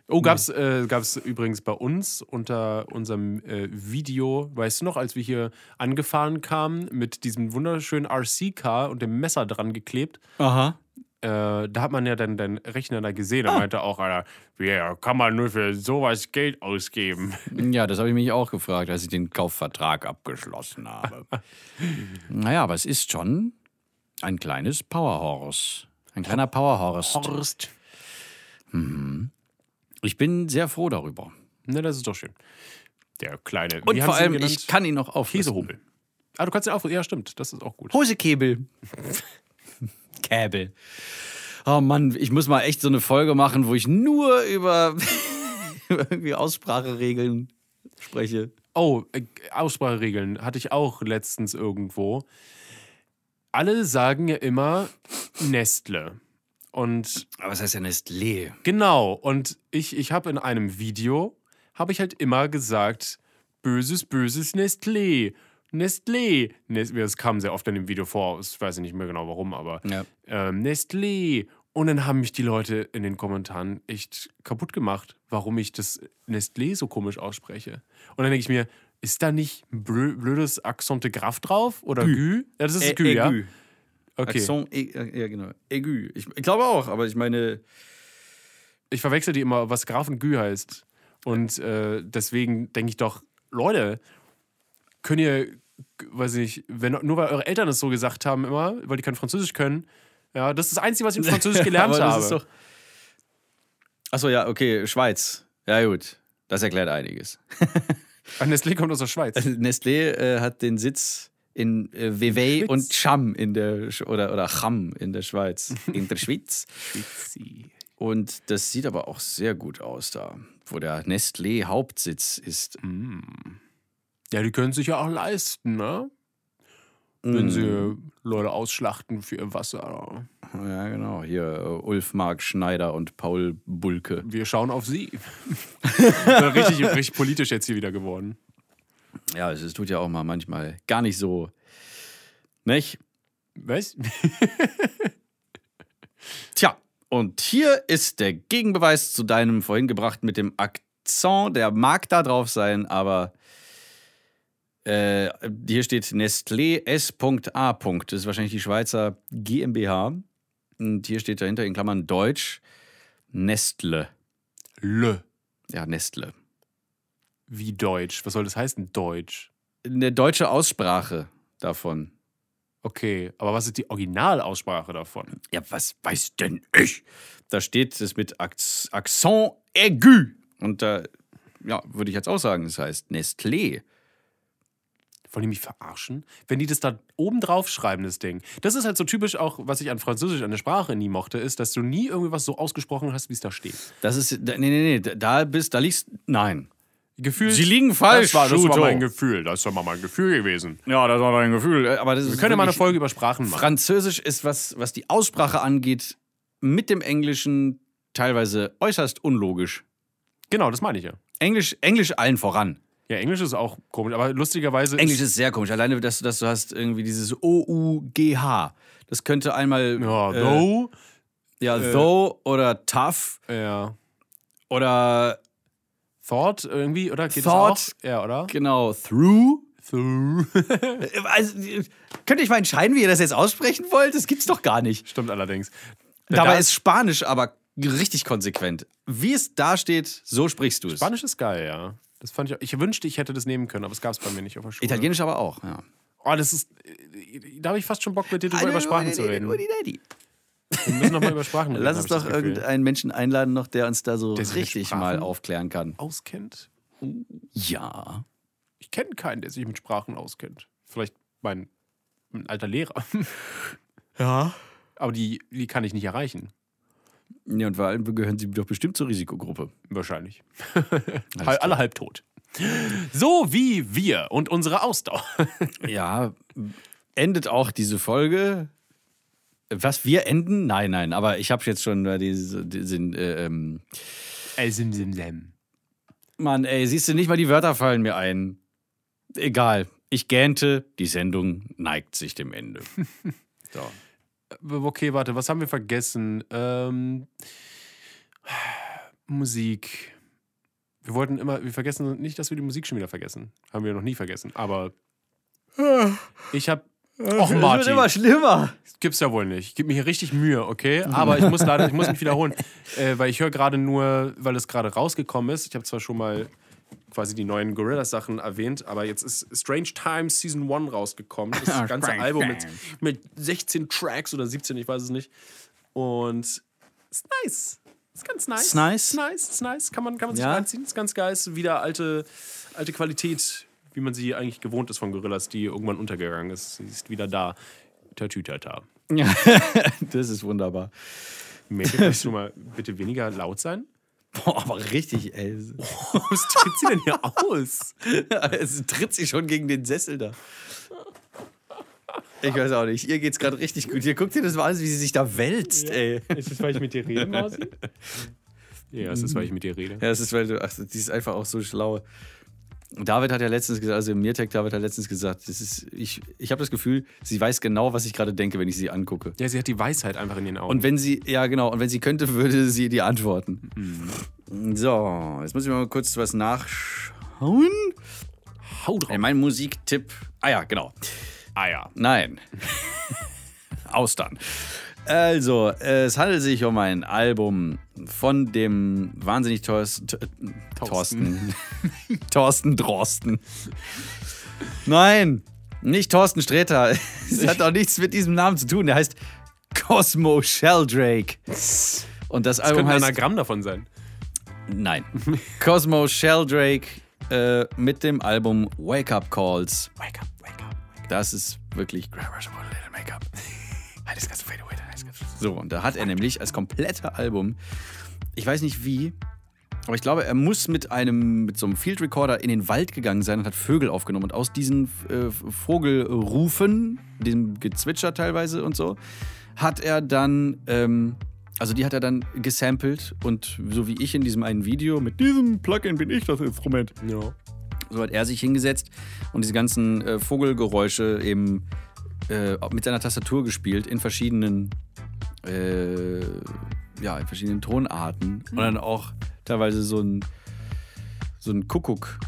B: Oh, gab's, äh, gab's übrigens bei uns unter unserem äh, Video, weißt du noch, als wir hier angefahren kamen mit diesem wunderschönen RC-Car und dem Messer dran geklebt,
A: Aha.
B: äh, da hat man ja dann deinen Rechner da gesehen.
A: Ah.
B: Da meinte auch einer, ja, kann man nur für sowas Geld ausgeben.
A: Ja, das habe ich mich auch gefragt, als ich den Kaufvertrag abgeschlossen [laughs] habe. naja, aber es ist schon ein kleines Powerhorse. Ein kleiner
B: [laughs]
A: Powerhorse.
B: Horst.
A: Ich bin sehr froh darüber.
B: Na, Ne, das ist doch schön. Der kleine.
A: Und
B: wie haben
A: vor
B: sie ihn
A: allem,
B: genannt?
A: ich kann ihn noch auf.
B: Käsehobel. Ah, du kannst den auch. Ja, stimmt. Das ist auch gut.
A: [laughs] Hosekebel. Käbel. Oh Mann, ich muss mal echt so eine Folge machen, wo ich nur über [laughs] irgendwie Ausspracheregeln spreche.
B: Oh, äh, Ausspracheregeln hatte ich auch letztens irgendwo. Alle sagen ja immer Nestle. Und
A: Aber was heißt denn Nestlé?
B: genau, und ich, ich habe in einem Video, habe ich halt immer gesagt, böses, böses Nestlé. Nestlé. Nes- Das kam sehr oft in dem Video vor, ich weiß nicht mehr genau warum, aber
A: Ja.
B: ähm, Nestlé. Und dann haben mich die Leute in den Kommentaren echt kaputt gemacht, warum ich das Nestlé so komisch ausspreche. Und dann denke ich mir, ist da nicht ein blö- blödes Accent de Graf drauf? Oder Gü? Ja, das ist Gü, ja? Okay.
A: Äh, Accent, e ja, genau. Aigu. Ich, ich glaube auch, aber ich meine,
B: Ich verwechsel die immer, was Graf und Gü heißt. Und äh, deswegen denke ich doch, Leute, könnt ihr, weiß ich nicht, wenn, nur weil eure Eltern es so gesagt haben immer, weil die kein Französisch können, ja, das ist das Einzige, was ich in
A: [laughs]
B: Französisch gelernt
A: aber das
B: habe.
A: Ist doch Achso, ja, okay, Schweiz. Ja, gut. Das erklärt einiges.
B: An Nestlé kommt aus der Schweiz.
A: [laughs] Nestlé äh, hat den Sitz in äh, Vevey
B: Schwitz.
A: und Cham in der Sch oder oder Cham in der [laughs] Schweiz, in der Schweiz. Und das sieht aber auch sehr gut aus da, wo der Nestlé Hauptsitz ist.
B: Hm. Ja, die können sich ja auch leisten, ne? Wenn sie Leute ausschlachten für ihr Wasser.
A: Ja, genau, hier äh, Ulf Mark Schneider und Paul Bulke.
B: Wir schauen auf sie. [laughs] richtig, richtig politisch jetzt hier wieder geworden.
A: Ja, es es tut ja auch mal manchmal gar nicht so nicht?
B: Was?
A: Tja, und hier ist der Gegenbeweis zu deinem vorhin gebrachten mit dem Akzent. Der mag da drauf sein, aber äh, hier steht Nestlé S.A. Das ist wahrscheinlich die Schweizer GmbH. Und hier steht dahinter in Klammern Deutsch Nestle.
B: Le.
A: Ja, Nestle.
B: Wie Deutsch. Was soll das heißen, Deutsch?
A: Eine deutsche Aussprache davon.
B: Okay, aber was ist die Originalaussprache davon?
A: Ja, was weiß denn ich? Da steht es mit Akz- Accent aigu. Und da, ja, würde ich jetzt auch sagen, es heißt Nestlé.
B: Wollen die mich verarschen? Wenn die das da oben drauf schreiben, das Ding. Das ist halt so typisch auch, was ich an Französisch, an der Sprache nie mochte, ist, dass du nie irgendwas so ausgesprochen hast, wie es da steht.
A: Das ist, da- nee, nee, nee, da bist, da liegst, nein.
B: Gefühl.
A: Sie liegen falsch,
B: Das war, das war
A: Schuto.
B: mein Gefühl. Das war mal mein Gefühl gewesen.
A: Ja, das war dein Gefühl. Äh, Aber das ist
B: Wir können ja mal eine
A: wirklich-
B: Folge über Sprachen machen.
A: Französisch ist, was, was die Aussprache angeht, mit dem Englischen teilweise äußerst unlogisch.
B: genau, das meine ich ja.
A: Englisch, Englisch allen voran.
B: Ja, Englisch ist auch komisch, aber lustigerweise
A: Englisch
B: ist
A: ist sehr komisch. Alleine, dass du, dass du hast irgendwie dieses O-U-G-H. Das könnte einmal
B: ja,
A: äh,
B: though, äh,
A: ja, though oder tough
B: ja,
A: oder
B: thought irgendwie oder geht
A: Thought.
B: das auch? Ja, oder?
A: genau through.
B: [laughs] Through.
A: Äh, Also, äh, könnt ihr euch mal entscheiden, wie ihr das jetzt aussprechen wollt? Das gibt's doch gar nicht.
B: Stimmt allerdings.
A: Dabei
B: da-
A: ist Spanisch aber richtig konsequent. Wie es da steht, so sprichst du es.
B: Spanisch ist geil, ja. Das fand ich. Auch, ich wünschte, ich hätte das nehmen können, aber es gab es bei mir nicht auf der Schule. Ah,
A: Italienisch aber auch, ja.
B: Oh, das ist. Da habe ich fast schon Bock, mit dir drüber über Sprachen zu reden.
A: Daddy.
B: Wir müssen nochmal über [laughs] Sprachen reden.
A: Lass
B: hab
A: uns
B: ich das
A: doch
B: Gefühl.
A: irgendeinen Menschen einladen, noch, der uns da so
B: Der sich mit
A: richtig
B: Sprachen-
A: mal aufklären kann.
B: Auskennt?
A: Ja.
B: Ich kenne keinen, der sich mit Sprachen auskennt. Vielleicht mein, mein alter Lehrer. [laughs]
A: Ja.
B: Aber die, die kann ich nicht erreichen.
A: Ja, und vor allem gehören sie doch bestimmt zur Risikogruppe.
B: Wahrscheinlich. Hal- Alle halbtot. So wie wir und unsere Ausdauer.
A: Ja, endet auch diese Folge. Was wir enden? Nein, nein, aber ich habe jetzt schon äh, diese, diesen. Äh, ähm,
B: Äh, sim, sim, sim.
A: Mann, ey, siehst du, nicht mal die Wörter fallen mir ein. Egal. Ich gähnte, die Sendung neigt sich dem [laughs] Ende. So.
B: Okay, warte, was haben wir vergessen? Ähm, Musik. Wir wollten immer, wir vergessen nicht, dass wir die Musik schon wieder vergessen. Haben wir noch nie vergessen. Aber ich habe. Och,
A: Es wird immer
B: Martin,
A: schlimmer.
B: das gibt's ja wohl nicht. Ich gebe mir hier richtig Mühe, okay? Aber ich muss leider, ich muss mich
A: [laughs]
B: wiederholen. Äh, weil ich höre gerade nur, weil es gerade rausgekommen ist. Ich habe zwar schon mal quasi die neuen Gorillas-Sachen erwähnt, aber jetzt ist Strange Times Season 1 rausgekommen. Das ganze
A: Ah, Strange
B: Album mit,
A: Times.
B: mit 16 Tracks oder 17, ich weiß es nicht. Und ist nice. Ist ganz nice.
A: Ist nice.
B: Ist nice, ist nice. Kann man, kann man sich
A: Ja.
B: reinziehen. Ist ganz geil. Ist wieder alte, alte Qualität, wie man sie eigentlich gewohnt ist von Gorillas, die irgendwann untergegangen ist. Sie ist wieder da. Tatütata.
A: Ja, [laughs] das ist wunderbar.
B: Mädchen, kannst du mal bitte weniger laut sein?
A: Boah, aber richtig,
B: [laughs]
A: ey. [laughs]
B: Was tritt sie denn hier aus?
A: Es tritt sie schon gegen den Sessel da. Ich weiß auch nicht. Ihr geht's gerade richtig gut. Ihr guckt dir das mal an, wie sie sich da wälzt, ey.
B: Ist es, weil ich mit dir [laughs] rede, Mausi? Ja, es ist, weil ich mit dir rede.
A: Ja, es ist, weil du, ach, die ist einfach auch so schlau. David hat ja letztens gesagt, also Mirtek David hat letztens gesagt, das ist, ich, ich habe das Gefühl, sie weiß genau, was ich gerade denke, wenn ich sie angucke.
B: Ja, sie hat die Weisheit einfach in den Augen.
A: Und wenn sie, ja genau, und wenn sie könnte, würde sie dir antworten. So, jetzt muss ich mal kurz was nachschauen.
B: hau drauf.
A: Ey, mein Musiktipp. Ah ja, genau.
B: Ah ja.
A: [laughs] Nein. Austern. Also, äh, es handelt sich um ein Album von dem wahnsinnig teuersten. T- Thorsten. Thorsten [laughs] Drosten. Nein, nicht Thorsten Sträter. [laughs] Es hat auch nichts mit diesem Namen zu tun. Der heißt Cosmo Sheldrake. Und das
B: Das
A: Album
B: könnte ein
A: heißt.
B: Anagramm davon sein.
A: Nein. Cosmo Sheldrake äh, mit dem Album Wake Up Calls.
B: Wake up, wake up, wake up.
A: Das ist wirklich So, und da hat er nämlich als komplette Album, ich weiß nicht wie, aber ich glaube, er muss mit einem, mit so einem Field Recorder in den Wald gegangen sein und hat Vögel aufgenommen. Und aus diesen äh, Vogelrufen, dem Gezwitscher teilweise und so, hat er dann, ähm, also die hat er dann gesampelt und so wie ich in diesem einen Video, mit diesem Plugin bin ich das Instrument.
B: Ja.
A: So hat er sich hingesetzt und diese ganzen äh, Vogelgeräusche eben äh, mit seiner Tastatur gespielt in verschiedenen, äh, ja, in verschiedenen Tonarten und dann auch teilweise so ein, so ein Kuckuck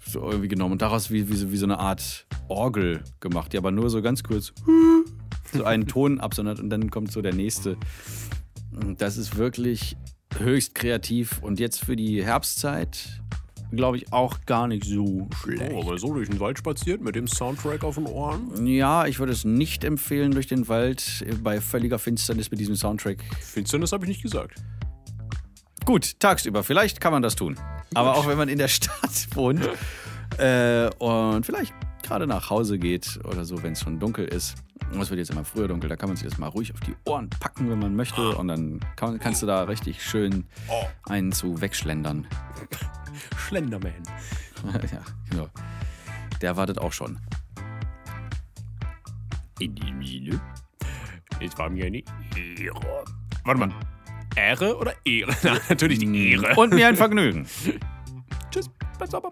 A: so irgendwie genommen und daraus wie, wie, so- wie so eine Art Orgel gemacht, die aber nur so ganz kurz [laughs] so einen Ton absondert und dann kommt so der nächste. Und Das ist wirklich höchst kreativ und jetzt für die Herbstzeit glaube ich auch gar nicht so schlecht.
B: Oh, aber so durch den Wald spaziert mit dem Soundtrack auf den Ohren.
A: Ja, ich würde es nicht empfehlen durch den Wald äh, bei völliger Finsternis mit diesem Soundtrack.
B: Finsternis habe ich nicht gesagt.
A: Gut, tagsüber, vielleicht kann man das tun. Aber auch wenn man in der [laughs] Stadt wohnt äh, und vielleicht gerade nach Hause geht oder so, wenn es schon dunkel ist. Und Es wird jetzt immer früher dunkel, da kann man sich das mal ruhig auf die Ohren packen, wenn man möchte. Und dann kann, kannst du da richtig schön einen zu wegschlendern. [laughs]
B: Schlenderman.
A: ja, genau. Der wartet auch schon. In die Mine.
B: Es war mir eine Ehre. Warte mal. Ehre [laughs] Hm.
A: Mm.
B: oder Ehre? Na, natürlich die Ehre.
A: Und mir ein Vergnügen.
B: tschüss. Bleibt sauber.